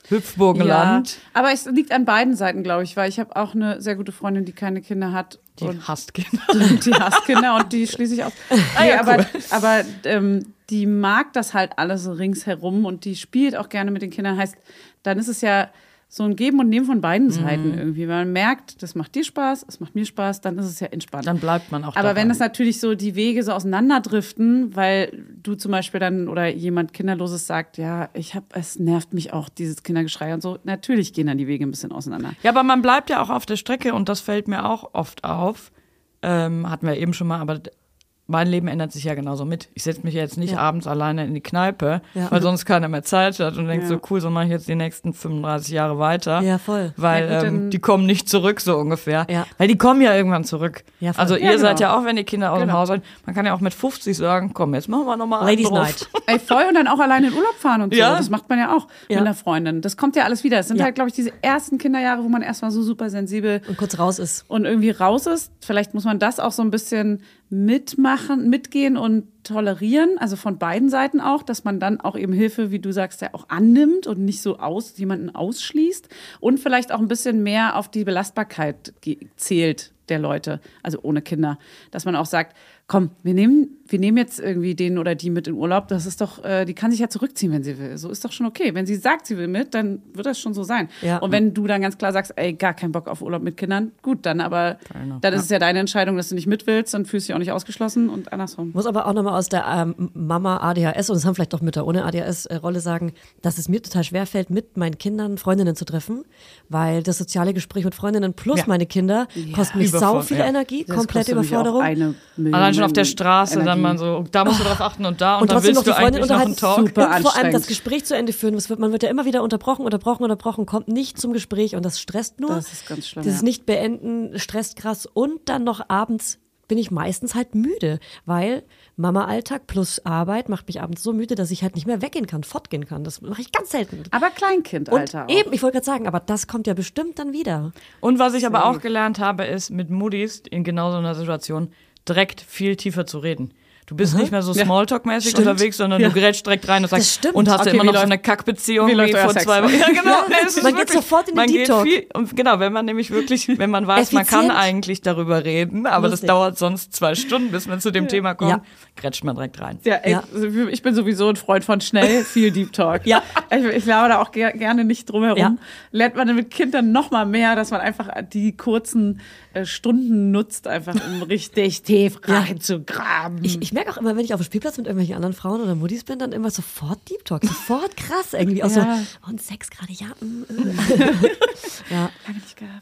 B: Hüpfburgenland.
D: Ja, aber es liegt an beiden Seiten, glaube ich, weil ich habe auch eine sehr gute Freundin, die keine Kinder hat.
B: Die
D: und
B: hasst Kinder.
D: die hasst Kinder und die schließe ich aus. Nee, aber aber ähm, die mag das halt alles so ringsherum und die spielt auch gerne mit den Kindern. Heißt, dann ist es ja so ein Geben und Nehmen von beiden Seiten irgendwie. weil Man merkt, das macht dir Spaß, es macht mir Spaß, dann ist es ja entspannt.
B: Dann bleibt man auch
D: Aber
B: dabei.
C: ähm,
D: wenn das natürlich so die Wege so auseinanderdriften, weil du zum Beispiel dann oder jemand Kinderloses sagt, ja, ich habe, es nervt mich auch, dieses Kindergeschrei und so, natürlich gehen dann die Wege ein bisschen auseinander.
B: Ja, aber man bleibt ja auch auf der Strecke und das fällt mir auch oft auf. Ähm, hatten wir eben schon mal, aber d- mein Leben ändert sich ja genauso mit. Ich setze mich ja jetzt nicht
C: Ja.
B: abends alleine in die Kneipe,
C: Ja.
B: weil sonst keiner mehr Zeit hat und denkt
D: Ja.
B: so, cool, so mache ich jetzt die nächsten 35 Jahre weiter.
C: Ja, voll.
B: Weil
D: Ja, gut,
B: ähm,
D: dann-
B: die kommen nicht zurück, so ungefähr.
C: Ja.
B: Weil die kommen ja irgendwann zurück.
C: Ja, voll.
B: also ihr
D: Ja, genau.
B: seid ja auch, wenn die Kinder aus dem
D: Genau.
B: Haus sind, man kann ja auch mit 50 sagen, komm, jetzt machen wir nochmal
C: Ladies
B: drauf.
C: Night.
D: Ey, voll und dann auch alleine in Urlaub fahren und so.
B: Ja.
D: Das macht man ja auch
C: Ja.
D: mit einer Freundin. Das kommt ja alles wieder. Es sind
C: Ja.
D: halt, glaube ich, diese ersten Kinderjahre, wo man erstmal so super sensibel
C: Und kurz raus ist.
D: und irgendwie raus ist. Vielleicht muss man das auch so ein bisschen mitmachen, mitgehen und tolerieren. Also von beiden Seiten auch, dass man dann auch eben Hilfe, wie du sagst, ja auch annimmt und nicht so aus, jemanden ausschließt. Und vielleicht auch ein bisschen mehr auf die Belastbarkeit ge- zählt der Leute, also ohne Kinder. Dass man auch sagt, komm, wir nehmen, wir nehmen jetzt irgendwie den oder die mit in Urlaub. Das ist doch, äh, die kann sich ja zurückziehen, wenn sie will. So ist doch schon okay. Wenn sie sagt, sie will mit, dann wird das schon so sein.
C: Ja.
D: Und wenn du dann ganz klar sagst, ey, gar keinen Bock auf Urlaub mit Kindern, gut, dann aber dann ist es ja deine Entscheidung, dass du nicht mit willst und fühlst dich auch nicht ausgeschlossen und andersrum.
C: Muss aber auch nochmal aus der ähm, Mama ADHS und es haben vielleicht doch Mütter ohne ADHS-Rolle äh, sagen, dass es mir total schwer fällt, mit meinen Kindern Freundinnen zu treffen, weil das soziale Gespräch mit Freundinnen plus
B: Ja.
C: meine Kinder kostet mich sau
B: Überfordert,
C: viel
B: ja.
C: Energie,
D: Das
C: komplette
D: kostet mich auch
C: Überforderung.
D: eine Million
B: Allein schon auf der Straße, dann
D: Energie.
B: man so, da musst du drauf achten und da und,
C: und
B: dann
C: trotzdem
B: willst
C: noch die
B: du
C: Freundin
B: eigentlich noch einen
C: unterhalten.
B: Talk.
D: Super
C: und vor allem
D: anstrengend.
C: das Gespräch zu Ende führen. Es wird, man wird ja immer wieder unterbrochen, unterbrochen, unterbrochen, kommt nicht zum Gespräch und das stresst nur.
D: Das ist ganz schlimm,
C: Dieses
D: ja.
C: Nicht-Beenden stresst krass. Und dann noch abends bin ich meistens halt müde, weil Mama-Alltag plus Arbeit macht mich abends so müde, dass ich halt nicht mehr weggehen kann, fortgehen kann. Das mache ich ganz selten.
D: Aber Kleinkindalter
C: und
D: auch.
C: eben, ich wollte gerade sagen, aber das kommt ja bestimmt dann wieder.
B: Und was ich aber auch gelernt habe, ist, mit Moody's in genau so einer Situation direkt viel tiefer zu reden. Du bist nicht mehr so Smalltalk-mäßig unterwegs, sondern du grätschst direkt rein und sagst,
C: stimmt.
B: und hast du
D: Okay,
B: immer
D: wie
B: noch so
D: läuft-
B: eine Kackbeziehung
D: wie
B: wie,
D: läuft euer
B: vor
D: Sex?
B: zwei Wochen. Ja, genau.
C: Ja.
B: es ist
C: Man geht
B: wirklich-
C: sofort in den
B: man geht
C: Deep-Talk.
B: viel- und Genau, wenn man nämlich wirklich, wenn man weiß, man kann
C: Effizient.
B: eigentlich darüber reden, aber das
C: Lustig.
B: dauert sonst zwei Stunden, bis man zu dem Thema kommt,
C: Ja.
B: grätscht man direkt rein.
D: Ja, ey,
C: Ja.
D: ich bin sowieso ein Freund von schnell viel Deep Talk.
C: Ja.
D: Ich, ich laber da auch ger gerne nicht drum herum.
C: Ja.
D: Lernt man dann mit Kindern noch mal mehr, dass man einfach die kurzen äh, Stunden nutzt, einfach um richtig tief reinzugraben.
C: Ich, ich merke auch immer, wenn ich auf dem Spielplatz mit irgendwelchen anderen Frauen oder Muttis bin, dann immer sofort Deep Talk. Sofort krass irgendwie. Auch
D: Ja.
C: so, und Sex gerade, ja. Mm, äh. ja.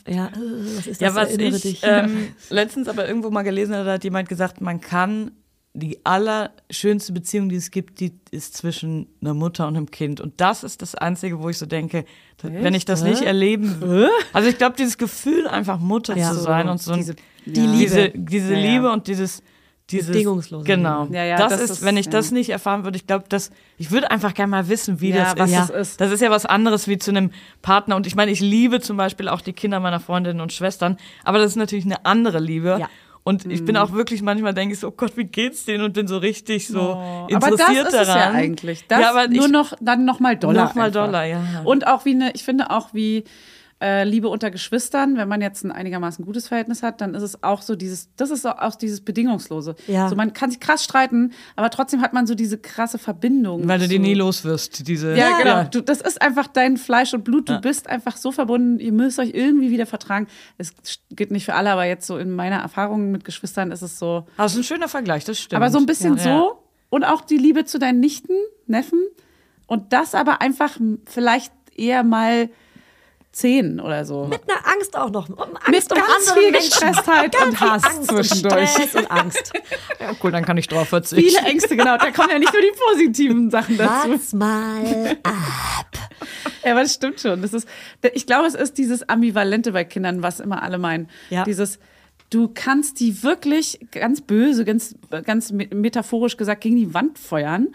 C: Ja, äh, was ist das?
B: Ja, was
C: Erinnere
B: ich
C: dich.
B: Ähm, letztens aber irgendwo mal gelesen habe, da hat jemand gesagt, man kann die allerschönste Beziehung, die es gibt, die ist zwischen einer Mutter und einem Kind. Und das ist das Einzige, wo ich so denke, da- wenn ich das nicht erleben will. Also ich glaube, dieses Gefühl, einfach Mutter
C: Ja.
B: zu
C: So,
B: sein und so ein,
D: diese-
B: diese,
C: Liebe.
B: diese
D: Ja, ja.
B: Liebe und dieses dieses
C: Bedingungslose
B: Genau.
D: Liebe. Ja, ja,
B: das,
D: das
B: ist,
D: ist-
B: wenn ich
D: ja.
B: das nicht erfahren würde, ich glaube, das ich würde einfach gerne mal wissen, wie
D: Ja,
B: das
D: was
B: ist.
D: es ist.
B: Das ist ja was anderes wie zu einem Partner. Und ich meine, ich liebe zum Beispiel auch die Kinder meiner Freundinnen und Schwestern, aber das ist natürlich eine andere Liebe.
C: Ja.
B: Und ich
D: Mhm.
B: bin auch wirklich manchmal denke ich so, oh Gott, wie geht's denen? Und bin so richtig so
D: Oh,
B: interessiert
D: aber das
B: daran.
D: Ist es ja eigentlich. Das
B: ja, aber
D: nur
B: ich,
D: noch dann noch mal Dollar.
B: Noch mal
D: einfach.
B: Dollar, ja.
D: Und auch wie eine, ich finde auch wie äh, Liebe unter Geschwistern, wenn man jetzt ein einigermaßen gutes Verhältnis hat, dann ist es auch so dieses, das ist auch dieses bedingungslose.
C: Ja.
D: So man kann sich krass streiten, aber trotzdem hat man so diese krasse Verbindung.
B: weil du die
D: zu-
B: nie los wirst, diese
D: ja, genau. Du, das ist einfach dein Fleisch und Blut. Du bist einfach so verbunden. Ihr müsst euch irgendwie wieder vertragen. Es gilt nicht für alle, aber jetzt so in meiner Erfahrung mit Geschwistern ist es so.
B: Das ist ein schöner Vergleich, das stimmt.
D: Aber so ein bisschen
B: Ja.
D: so und auch die Liebe zu deinen Nichten, Neffen und das aber einfach m- vielleicht eher mal zehn oder so.
C: Mit einer Angst auch noch. Um Angst
D: Mit
C: um
D: ganz
C: andere
D: viel
C: Menschen.
D: Gestresstheit und
C: Viel
D: Hass
C: Angst
D: zwischendurch.
C: Und Stress und Angst.
B: Ja, cool, dann kann ich drauf verzichten.
D: Viele Ängste, genau. Da kommen ja nicht nur die positiven Sachen dazu.
C: Wart's mal.
D: Ja, aber das stimmt schon. Das ist, ich glaube, es ist dieses Ambivalente bei Kindern, was immer alle meinen.
C: Ja.
D: Dieses, du kannst die wirklich ganz böse, ganz, ganz me- metaphorisch gesagt gegen die Wand feuern.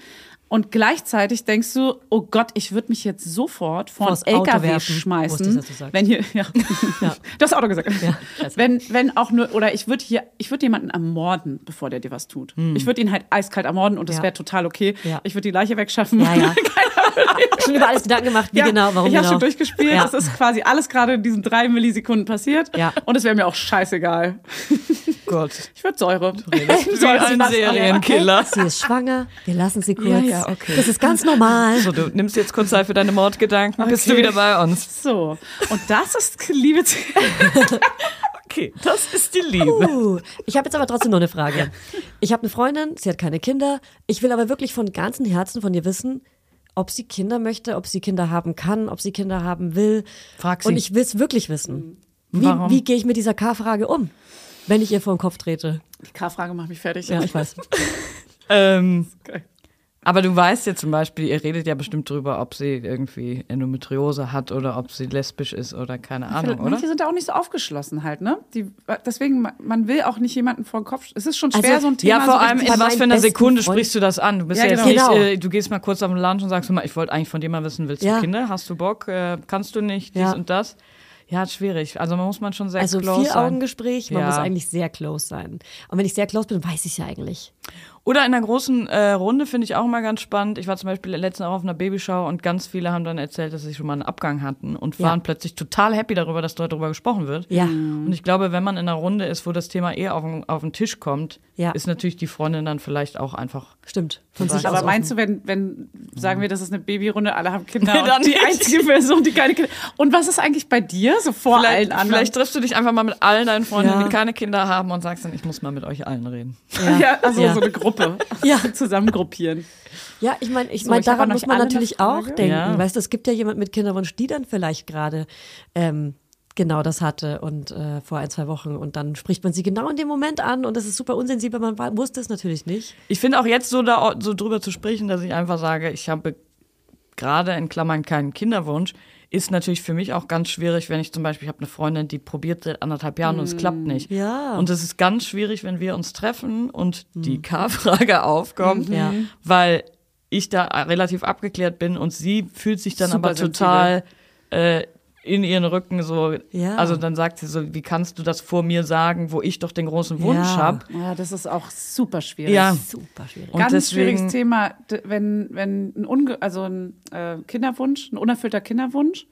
D: Und gleichzeitig denkst du, oh Gott, ich würde mich jetzt sofort vor
C: Vors
D: das
C: Auto
D: LKW
C: werfen, wusste ich,
D: schmeißen,
C: dass du sagst.
D: wenn hier, ja, das Auto gesagt,
C: scheiße.
D: wenn, wenn auch nur, oder ich würde hier, ich würde jemanden ermorden, bevor der dir was tut. Ich würde ihn halt eiskalt ermorden und das
C: Hm. Ja.
D: wäre total okay.
C: Ja.
D: Ich würde die Leiche wegschaffen.
C: Ja, ja. Schon über alles Gedanken gemacht, wie
D: Ja,
C: genau, warum
D: ich habe
C: genau.
D: schon durchgespielt.
C: Ja.
D: Das ist quasi alles gerade in diesen drei Millisekunden passiert.
C: Ja.
D: Und es wäre mir auch scheißegal.
B: Oh Gott.
D: Ich würde Säure.
B: Wie ein Serienkiller.
C: Sie ist schwanger, wir lassen sie kurz.
B: Ja, ja, okay.
C: Das ist ganz normal.
B: So, du nimmst jetzt kurz Zeit für deine Mordgedanken. Bist du
D: Okay.
B: wieder bei uns?
D: So, und das ist Liebe zu.
B: Okay, das ist die Liebe.
C: Uh, ich habe jetzt aber trotzdem noch eine Frage. Ich habe eine Freundin, sie hat keine Kinder. Ich will aber wirklich von ganzem Herzen von ihr wissen, ob sie Kinder möchte, ob sie Kinder haben kann, ob sie Kinder haben will.
B: Frag sie.
C: Und ich will es wirklich wissen. Wie,
B: Warum?
C: wie gehe ich mit dieser K-Frage um, wenn ich ihr vor den Kopf trete?
D: Die K-Frage macht mich fertig.
C: Ja, ich weiß.
B: Ähm,
D: Geil.
B: aber du weißt ja zum Beispiel, ihr redet ja bestimmt drüber, ob sie irgendwie Endometriose hat oder ob sie lesbisch ist oder keine Ahnung, oder?
D: Manche sind da auch nicht so aufgeschlossen halt, ne? Die, deswegen, man will auch nicht jemanden vor den Kopf. sch- Es ist schon schwer,
C: Also,
D: so ein Thema.
B: Ja, vor
D: so
B: allem
D: richtig-
C: bei
B: in was
C: meinen
B: für einer
C: besten
B: Sekunde
C: Freunden-
B: sprichst du das an? Du bist ja,
D: Ja,
B: jetzt
D: genau.
B: nicht,
C: Genau.
B: äh, du gehst mal kurz auf den Lunch und sagst mal, ich wollte eigentlich von dir mal wissen, willst
C: Ja.
B: du Kinder? Hast du Bock? Äh, kannst du nicht? Dies
C: Ja.
B: und das? Ja, ist schwierig. Also man muss man schon sehr
C: Also
B: close
C: vier
B: sein.
C: Augengespräch, man
B: Ja.
C: muss eigentlich sehr close sein. Und wenn ich sehr close bin, weiß ich ja eigentlich.
B: Oder in einer großen äh, Runde finde ich auch mal ganz spannend. Ich war zum Beispiel letztens auch auf einer Babyschau und ganz viele haben dann erzählt, dass sie schon mal einen Abgang hatten und
C: Ja.
B: waren plötzlich total happy darüber, dass dort darüber gesprochen wird.
C: Ja.
B: Und ich glaube, wenn man in einer Runde ist, wo das Thema eh auf, den- auf den Tisch kommt,
C: Ja.
B: ist natürlich die Freundin dann vielleicht auch einfach.
C: Stimmt. Von sich aus
D: Aber meinst
C: offen.
D: du, wenn, wenn sagen wir, das ist eine Babyrunde, alle haben Kinder
B: Nee,
D: und
B: dann
D: die
B: nicht.
D: einzige Person, die keine Kinder Und was ist eigentlich bei dir so vor allen
B: Vielleicht,
D: anderen?
B: vielleicht triffst du dich einfach mal mit allen deinen Freunden,
C: Ja.
B: die keine Kinder haben und sagst dann, ich muss mal mit euch allen reden.
D: Ja, also
C: Ja.
D: so eine Gruppe.
C: Ja.
D: Zusammengruppieren.
C: Ja, ich meine, ich
D: So,
C: mein,
D: ich hab
C: daran
D: an
C: muss
D: euch
C: man
D: alle eine
C: natürlich auch
D: Frage.
C: denken.
B: Ja.
C: Weißt du, es gibt ja jemand mit Kinderwunsch, die dann vielleicht gerade ähm, genau das hatte und äh, vor ein, zwei Wochen und dann spricht man sie genau in dem Moment an und das ist super unsensibel, man wa- wusste es natürlich nicht.
B: Ich finde auch jetzt so, da, so drüber zu sprechen, dass ich einfach sage, ich habe gerade in Klammern keinen Kinderwunsch, ist natürlich für mich auch ganz schwierig, wenn ich zum Beispiel, ich habe eine Freundin, die probiert seit anderthalb Jahren und es klappt nicht.
C: Hm, ja. Hm.
B: Und es ist ganz schwierig, wenn wir uns treffen und die K-Frage aufkommt,
C: Mhm. Ja.
B: weil ich da relativ abgeklärt bin und sie fühlt sich dann aber
D: Supersensibel.
B: total äh, in ihren Rücken so,
C: Ja.
B: also dann sagt sie so, wie kannst du das vor mir sagen, wo ich doch den großen Wunsch
C: Ja.
B: habe?
D: Ja, das ist auch super schwierig.
B: Ja.
C: Super schwierig.
B: Und
D: Ganz
B: deswegen-
D: schwieriges Thema, d- wenn, wenn ein, Unge also ein äh, Kinderwunsch, ein unerfüllter Kinderwunsch,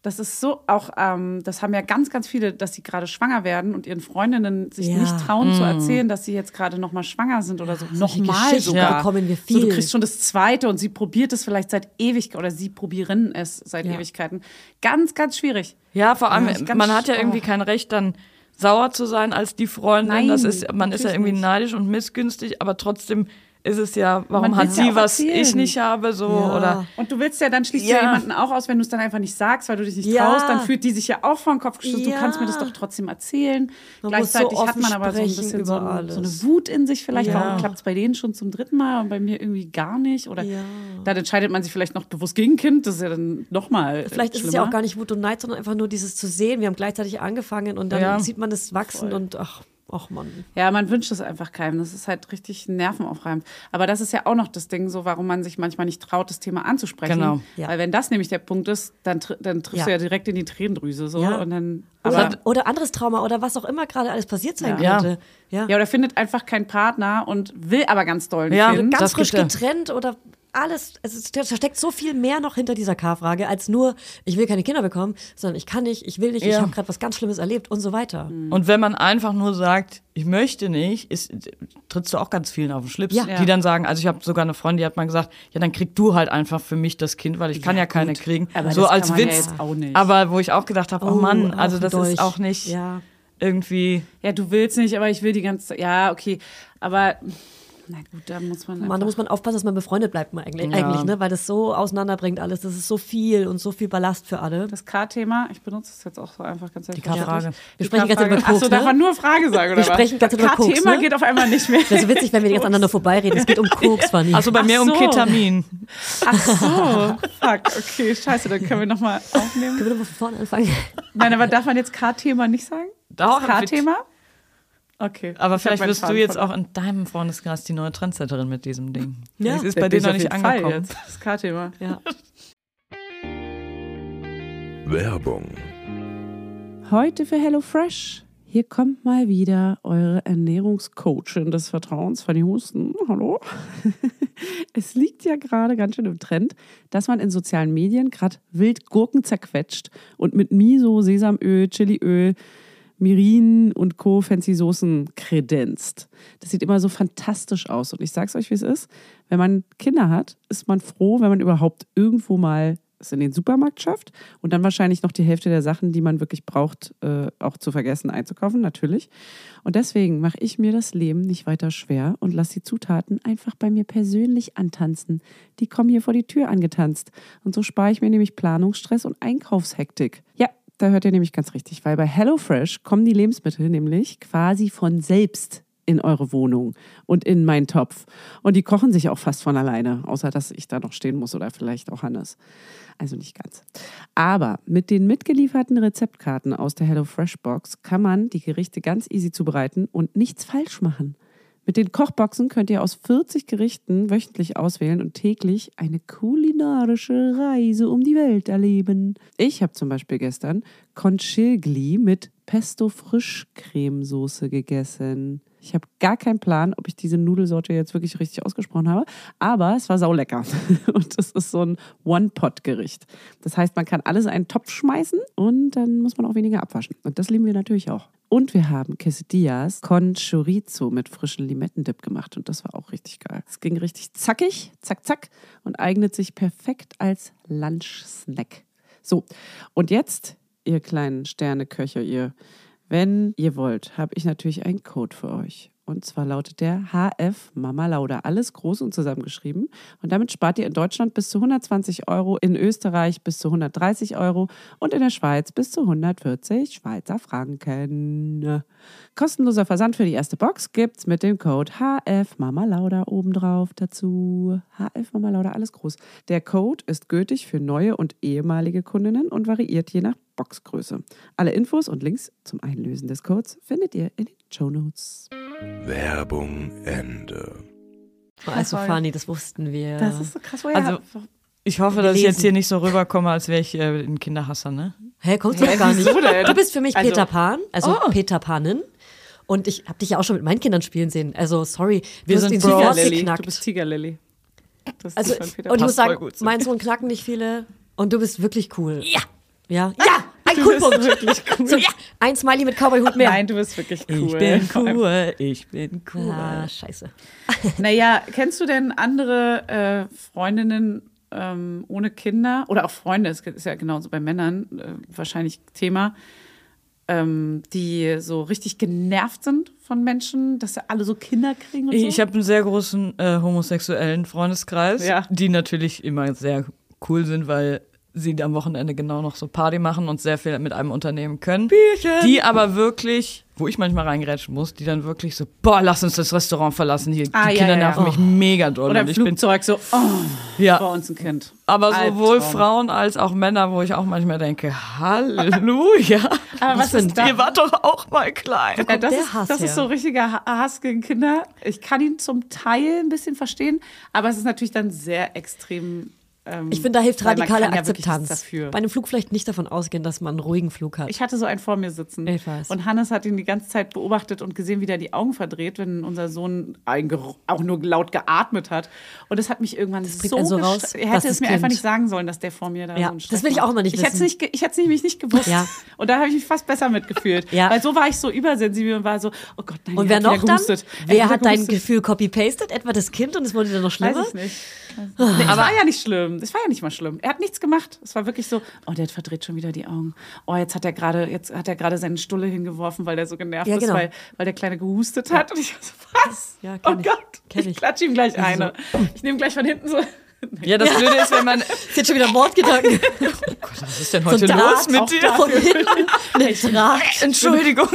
D: das ist so auch, ähm, das haben ja ganz, ganz viele, dass sie gerade schwanger werden und ihren Freundinnen sich
C: Ja.
D: nicht trauen zu
B: Mm.
D: erzählen, dass sie jetzt gerade nochmal schwanger sind oder
B: Ah,
D: so.
C: solche
D: Nochmal
C: Geschichten
D: sogar.
C: bekommen wir
D: So,
C: viel.
D: du kriegst schon das zweite und sie probiert es vielleicht seit Ewigkeiten oder sie probieren es seit Ewigkeiten. Ganz, ganz schwierig.
B: Ja, vor allem,
D: Ja, ist ganz
B: man hat ja
D: sch-
B: irgendwie kein Recht, dann sauer zu sein als die Freundin.
D: Nein,
B: das ist, man ist ja
D: natürlich
B: irgendwie
D: nicht.
B: neidisch und missgünstig, aber trotzdem ist es ja, warum
D: Man
B: hat
D: will's ja
B: sie
D: auch
B: was
D: erzählen.
B: ich nicht habe, so
C: Ja.
B: oder.
D: Und du willst ja, dann schließt
B: Ja.
D: ja jemanden auch aus, wenn du es dann einfach nicht sagst, weil du dich nicht
C: Ja.
D: traust, dann fühlt die sich ja auch vor den Kopf gestoßen.
C: Ja.
D: Du kannst mir das doch trotzdem erzählen.
C: Man muss so
D: Gleichzeitig hat
C: offen
D: man aber so ein
C: sprechen
D: bisschen so,
C: über
D: ein, so
C: alles.
D: eine Wut in sich vielleicht.
B: Ja.
D: Warum klappt es bei denen schon zum dritten Mal und bei mir irgendwie gar nicht? Oder
C: Ja.
D: dann entscheidet man sich vielleicht noch bewusst gegen Kind. Das ist ja dann nochmal.
C: Vielleicht ist es ja auch gar nicht Wut und Neid, sondern einfach nur dieses zu sehen. Wir haben gleichzeitig angefangen und dann
B: Ja.
C: sieht man es wachsen und ach, Ach Mann.
D: Ja, man wünscht es einfach keinem. Das ist halt richtig nervenaufreibend. Aber das ist ja auch noch das Ding, so warum man sich manchmal nicht traut, das Thema anzusprechen.
B: Genau.
C: Ja.
D: Weil wenn das nämlich der Punkt ist, dann, tr dann triffst
C: Ja.
D: du ja direkt in die Tränendrüse. So.
C: Ja.
D: Und dann, aber,
C: Oder, oder anderes Trauma oder was auch immer gerade alles passiert sein
B: Ja.
C: könnte. Ja.
D: ja, oder findet einfach keinen Partner und will aber ganz doll einen
B: Ja.
D: finden.
C: Ganz
B: Das
C: frisch
B: gibt ja-
C: getrennt oder alles. Es ist, da steckt so viel mehr noch hinter dieser K-Frage als nur, ich will keine Kinder bekommen, sondern ich kann nicht, ich will nicht, ich
B: Ja.
C: habe gerade was ganz Schlimmes erlebt und so weiter.
B: Und wenn man einfach nur sagt, ich möchte nicht, ist, trittst du auch ganz vielen auf den Schlips,
C: Ja.
D: Ja.
B: die dann sagen, also ich habe sogar eine Freundin, die hat mal gesagt, ja, dann krieg du halt einfach für mich das Kind, weil ich kann ja, keine kriegen.
D: Aber
B: so
D: das kann
B: als
D: man ja
B: Witz.
D: jetzt auch nicht.
B: Aber wo ich auch gedacht habe, oh, Mann,
C: auch
B: also
C: ein
B: das
C: Dolch.
B: ist auch nicht
C: Ja.
B: irgendwie.
D: Ja, du willst nicht, aber ich will die ganze Zeit. Ja, okay. Aber na gut, da muss man.
C: Man, da
D: einfach-
C: muss man aufpassen, dass man befreundet bleibt man eigentlich,
B: Ja.
C: eigentlich ne? weil das so auseinanderbringt alles. Das ist so viel und so viel Ballast für alle.
D: das K-Thema, ich benutze es jetzt auch so einfach ganz Die
B: K-Frage.
C: Wir sprechen ganz über Koks,
D: Achso, darf
C: ne?
D: man nur Frage sagen, oder
C: Wir sprechen ganz über Koks,
D: K-Thema
C: ne?
D: geht auf einmal nicht mehr.
C: Das ist witzig, wenn wir die ganze aneinander vorbeireden. Es geht um Koks, Fanny.
B: Also bei
D: Ach
B: mir
D: so.
B: um Ketamin.
D: Ach so, fuck, okay, scheiße, dann können wir nochmal aufnehmen.
C: Können wir nochmal von vorne anfangen?
D: Nein, aber darf man jetzt K-Thema nicht sagen?
B: Doch, aber wir-
D: K-Thema? Okay.
B: Aber
D: ich hab
B: vielleicht
D: meinen
B: wirst du
D: Faden
B: jetzt
D: verloren.
B: auch in deinem Freundeskreis die neue Trendsetterin mit diesem Ding.
C: Ja.
B: Das ist
D: Da
B: bei
D: bin
B: dir
D: ich
B: noch
D: auf
B: nicht
D: jeden Fall
B: angekommen.
D: jetzt. Das K-Thema.
C: Ja.
E: Werbung,
A: Heute für HelloFresh. Hier kommt mal wieder eure Ernährungscoachin des Vertrauens, Fanny Husten. Hallo. Es liegt ja gerade ganz schön im Trend, dass man in sozialen Medien gerade wild Gurken zerquetscht und mit Miso, Sesamöl, Chiliöl, Mirin und Co. fancy Soßen kredenzt. Das sieht immer so fantastisch aus. Und ich sag's euch, wie es ist. Wenn man Kinder hat, ist man froh, wenn man überhaupt irgendwo mal es in den Supermarkt schafft und dann wahrscheinlich noch die Hälfte der Sachen, die man wirklich braucht, äh, auch zu vergessen einzukaufen, natürlich. Und deswegen mache ich mir das Leben nicht weiter schwer und lasse die Zutaten einfach bei mir persönlich antanzen. Die kommen hier vor die Tür angetanzt. Und so spare ich mir nämlich Planungsstress und Einkaufshektik. Ja, da hört ihr nämlich ganz richtig, weil bei HelloFresh kommen die Lebensmittel nämlich quasi von selbst in eure Wohnung und in meinen Topf. Und die kochen sich auch fast von alleine, außer dass ich da noch stehen muss oder vielleicht auch Hannes. Also nicht ganz. Aber mit den mitgelieferten Rezeptkarten aus der HelloFresh Box kann man die Gerichte ganz easy zubereiten und nichts falsch machen. Mit den Kochboxen könnt ihr aus 40 Gerichten wöchentlich auswählen und täglich eine kulinarische Reise um die Welt erleben. Ich habe zum Beispiel gestern Conchigli mit Pesto Frischcremesoße gegessen. Ich habe gar keinen Plan, ob ich diese Nudelsorte jetzt wirklich richtig ausgesprochen habe, aber es war saulecker. Und es ist so ein One-Pot-Gericht. Das heißt, man kann alles in einen Topf schmeißen und dann muss man auch weniger abwaschen. Und das lieben wir natürlich auch. Und wir haben Quesadillas con Chorizo mit frischen Limettendip gemacht. Und das war auch richtig geil. Es ging richtig zackig, zack, zack. Und eignet sich perfekt als Lunch-Snack. So, und jetzt, ihr kleinen Sterneköcher, ihr, wenn ihr wollt, habe ich natürlich einen Code für euch. Und zwar lautet der HF Mama Lauda. Alles groß und zusammengeschrieben. Und damit spart ihr in Deutschland bis zu 120 Euro, in Österreich bis zu 130 Euro und in der Schweiz bis zu 140 Schweizer Franken. Kostenloser Versand für die erste Box gibt's mit dem Code HF Mama Lauda obendrauf dazu. HF Mama Lauda, alles groß. Der Code ist gültig für neue und ehemalige Kundinnen und variiert je nach Boxgröße. Alle Infos und Links zum Einlösen des Codes findet ihr in den Show Notes.
E: Werbung, Ende.
C: Also Fanny, das wussten wir.
D: Das ist so krass, woher
B: Also- Ich hoffe, dass ich jetzt hier nicht so rüberkomme, als wäre ich äh, ein Kinderhasser, ne?
C: Hä, kommst du doch gar nicht.
D: wieso denn?
C: Du bist für mich
D: Also-
C: Peter Pan, also Peter Panin. Und ich habe dich ja auch schon mit meinen Kindern spielen sehen. Also sorry,
B: Wir
C: du hast
B: sind
C: den
B: Bros.
C: sofort
D: Tigerlilly. Du
C: geknackt.
D: bist Tigerlilly. Das ist
C: also,
D: von Peter
C: und ich muss
D: Pan.
B: Passt voll
C: sagen,
B: gut so.
C: mein Sohn knacken nicht viele. Und du bist wirklich cool. Ja. Ja. Ja. Ein
D: Du bist
C: Coolpunkt.
D: wirklich cool.
C: So, ja. Ein Smiley mit Cowboy-Hut mehr.
D: Nein, du bist wirklich cool. Komm,
B: cool, ich bin
C: Ah, scheiße.
D: Naja, kennst du denn andere äh, Freundinnen ähm, ohne Kinder oder auch Freunde, das ist ja genauso bei Männern äh, wahrscheinlich Thema, ähm, die so richtig genervt sind von Menschen, dass sie alle so Kinder kriegen und so?
B: Ich habe einen sehr großen äh, homosexuellen Freundeskreis,
D: Ja.
B: die natürlich immer sehr cool sind, weil sie am Wochenende genau noch so Party machen und sehr viel mit einem unternehmen können. Bierchen. Die aber wirklich, wo ich manchmal reingrätschen muss, die dann wirklich so, boah, lass uns das Restaurant verlassen hier.
D: Ah,
B: die
D: ja,
B: Kinder
D: ja, ja.
B: nerven mich mega doll.
D: Oder
B: und
D: im
B: ich bin,
D: Flugzeug so, oh,
B: Ja.
D: vor uns ein Kind.
B: aber sowohl
D: Albtraum.
B: Frauen als auch Männer, wo ich auch manchmal denke, Halleluja.
D: Aber was ist da?
B: Ihr wart doch auch mal klein.
D: Ja, das
C: der
D: ist,
C: Hass
D: das
C: her?
D: ist so richtiger Ha- Hass gegen Kinder. Ich kann ihn zum Teil ein bisschen verstehen, aber es ist natürlich dann sehr extrem. ähm,
C: Ich finde, da hilft
D: weil man
C: radikale
D: kann ja wirklich
C: Akzeptanz.
D: nichts dafür.
C: Bei einem Flug vielleicht nicht davon ausgehen, dass man einen ruhigen Flug hat.
D: Ich hatte so einen vor mir sitzen.
C: Ich weiß.
D: Und Hannes hat ihn die ganze Zeit beobachtet und gesehen, wie der die Augen verdreht, wenn unser Sohn ein Geruch- auch nur laut geatmet hat. Und das hat mich irgendwann
C: bringt
D: so
C: einen so
D: gest-
C: raus,
D: Er
C: dass
D: hätte
C: das
D: es mir einfach
C: Kind-
D: nicht sagen sollen, dass der vor mir da
C: Ja,
D: so einen
C: das
D: Stress
C: will ich auch
D: macht.
C: immer nicht
D: ich hätte es
C: wissen.
D: nicht, ge- Ich hätte es nämlich nicht gewusst.
C: Ja.
D: Und da habe ich mich fast besser mitgefühlt.
C: Ja.
D: Weil so war ich so übersensibel und war so, oh Gott, nein,
C: Und
D: der
C: wer
D: hat wieder
C: noch dann?
D: gehustet. Er
C: Wer
D: wieder
C: hat dein
D: gehustet.
C: Gefühl copy-pasted? Etwa das Kind und es wurde dann noch
D: Weiß
C: schlimmer?
D: ich nicht. Nee, es war ja nicht schlimm. Es war ja nicht mal schlimm. Er hat nichts gemacht. Es war wirklich so, oh, der verdreht schon wieder die Augen. Oh, jetzt hat er gerade, jetzt hat er gerade seine Stulle hingeworfen, weil der so genervt
C: Ja,
D: ist,
C: genau.
D: weil, weil der Kleine gehustet hat. Und ich war so, was?
C: Ja, kenn
D: oh
C: ich.
D: Gott,
C: Kenn
D: ich
C: ich.
D: klatsche ihm gleich eine. Ich nehme gleich von hinten so.
B: Ja, das Blöde ist, wenn man,
C: Ist jetzt schon wieder Mordgedanken.
B: was ist denn heute
C: Draht
B: los mit
C: auch
B: dir?
C: Von hinten. Eine Draht.
B: Entschuldigung.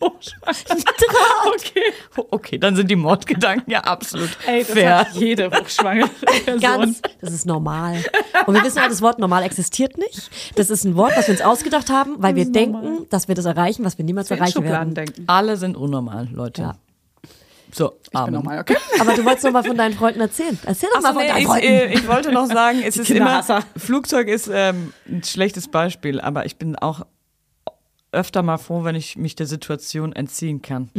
D: Oh, okay.
B: Okay, dann sind die Mordgedanken ja absolut
D: Ey, das
B: fair.
D: hat jede hochschwangere Person.
C: Ganz, das ist normal. Und wir wissen ja, das Wort normal existiert nicht. Das ist ein Wort, was wir uns ausgedacht haben, weil wir denken, dass wir das erreichen, was wir niemals
D: in
C: erreichen
D: Schubladen
C: werden.
D: denken.
B: Alle sind unnormal, Leute.
C: Ja.
B: So,
D: Ich bin
B: Amen.
D: normal, okay?
C: Aber du wolltest noch mal von deinen Freunden erzählen. Erzähl doch mal
B: Also,
C: von
B: nee,
C: deinen
B: ich,
C: Freunden.
B: äh, ich wollte noch sagen, es ist immer,
D: Kinderhasser.
B: Flugzeug ist ähm, ein schlechtes Beispiel, aber ich bin auch öfter mal froh, wenn ich mich der Situation entziehen kann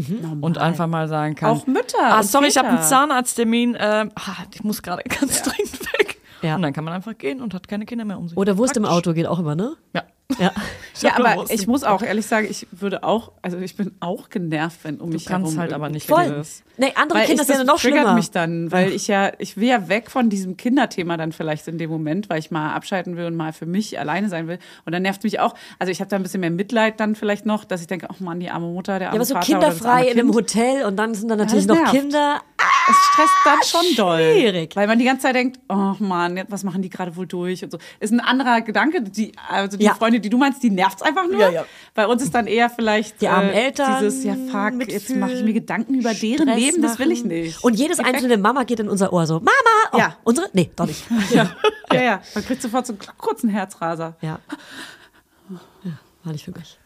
B: und einfach mal sagen kann.
D: Mhm. Auch Mütter
B: Ah,
D: und
B: sorry, ich habe einen
D: Väter.
B: Zahnarzttermin. Ähm, ah, ich muss gerade ganz dringend weg.
C: Ja.
B: Und dann kann man einfach gehen und hat keine Kinder mehr um sich.
C: Oder Wurst im
B: Praktisch.
C: Auto geht auch immer, ne?
B: Ja.
C: Ja.
D: Ja,
B: hab nur
D: aber
B: Wurst
D: ich
B: im
D: muss auch ehrlich sagen, ich würde auch, also ich bin auch genervt, wenn um mich herum
B: kannst halt aber
D: irgendwie
B: nicht
D: Kinder
B: Voll.
D: ist.
C: Nee, andere
D: Weil
C: Kinder
D: ich-
C: sind ja
D: das
C: noch
D: triggert
C: schlimmer.
D: mich dann, weil ich ja, ich will ja weg von diesem Kinderthema dann vielleicht in dem Moment, weil ich mal abschalten will und mal für mich alleine sein will. Und dann nervt mich auch, also ich habe da ein bisschen mehr Mitleid dann vielleicht noch, dass ich denke, oh Mann, die arme Mutter,
C: ja,
D: der arme
C: aber so
D: Vater oder das
C: kinderfrei
D: arme
C: in
D: kind.
C: einem Hotel und dann sind da natürlich
D: das
C: noch
D: nervt.
C: Kinder.
D: Es stresst dann schon doll.
C: schwierig.
D: Weil man die ganze Zeit denkt, oh Mann, jetzt- was machen die gerade wohl durch und so. Ist ein anderer Gedanke, die, also die
C: Ja.
D: Freunde, die du meinst, die nervt's einfach nur.
B: Ja, ja.
D: Bei uns ist dann eher vielleicht äh,
C: Die armen Eltern,
D: dieses, ja fuck, jetzt
C: mitfühlen,
D: mache ich mir Gedanken über deren
C: Stress
D: Leben, das will ich
C: machen.
D: nicht.
C: Und jedes einzelne Mama geht in unser Ohr so, Mama! Oh,
D: Ja.
C: Unsere? Nee, doch nicht.
D: Ja, ja, ja. Man kriegt sofort so einen kurzen Herzraser.
C: Ja. ja war nicht für mich.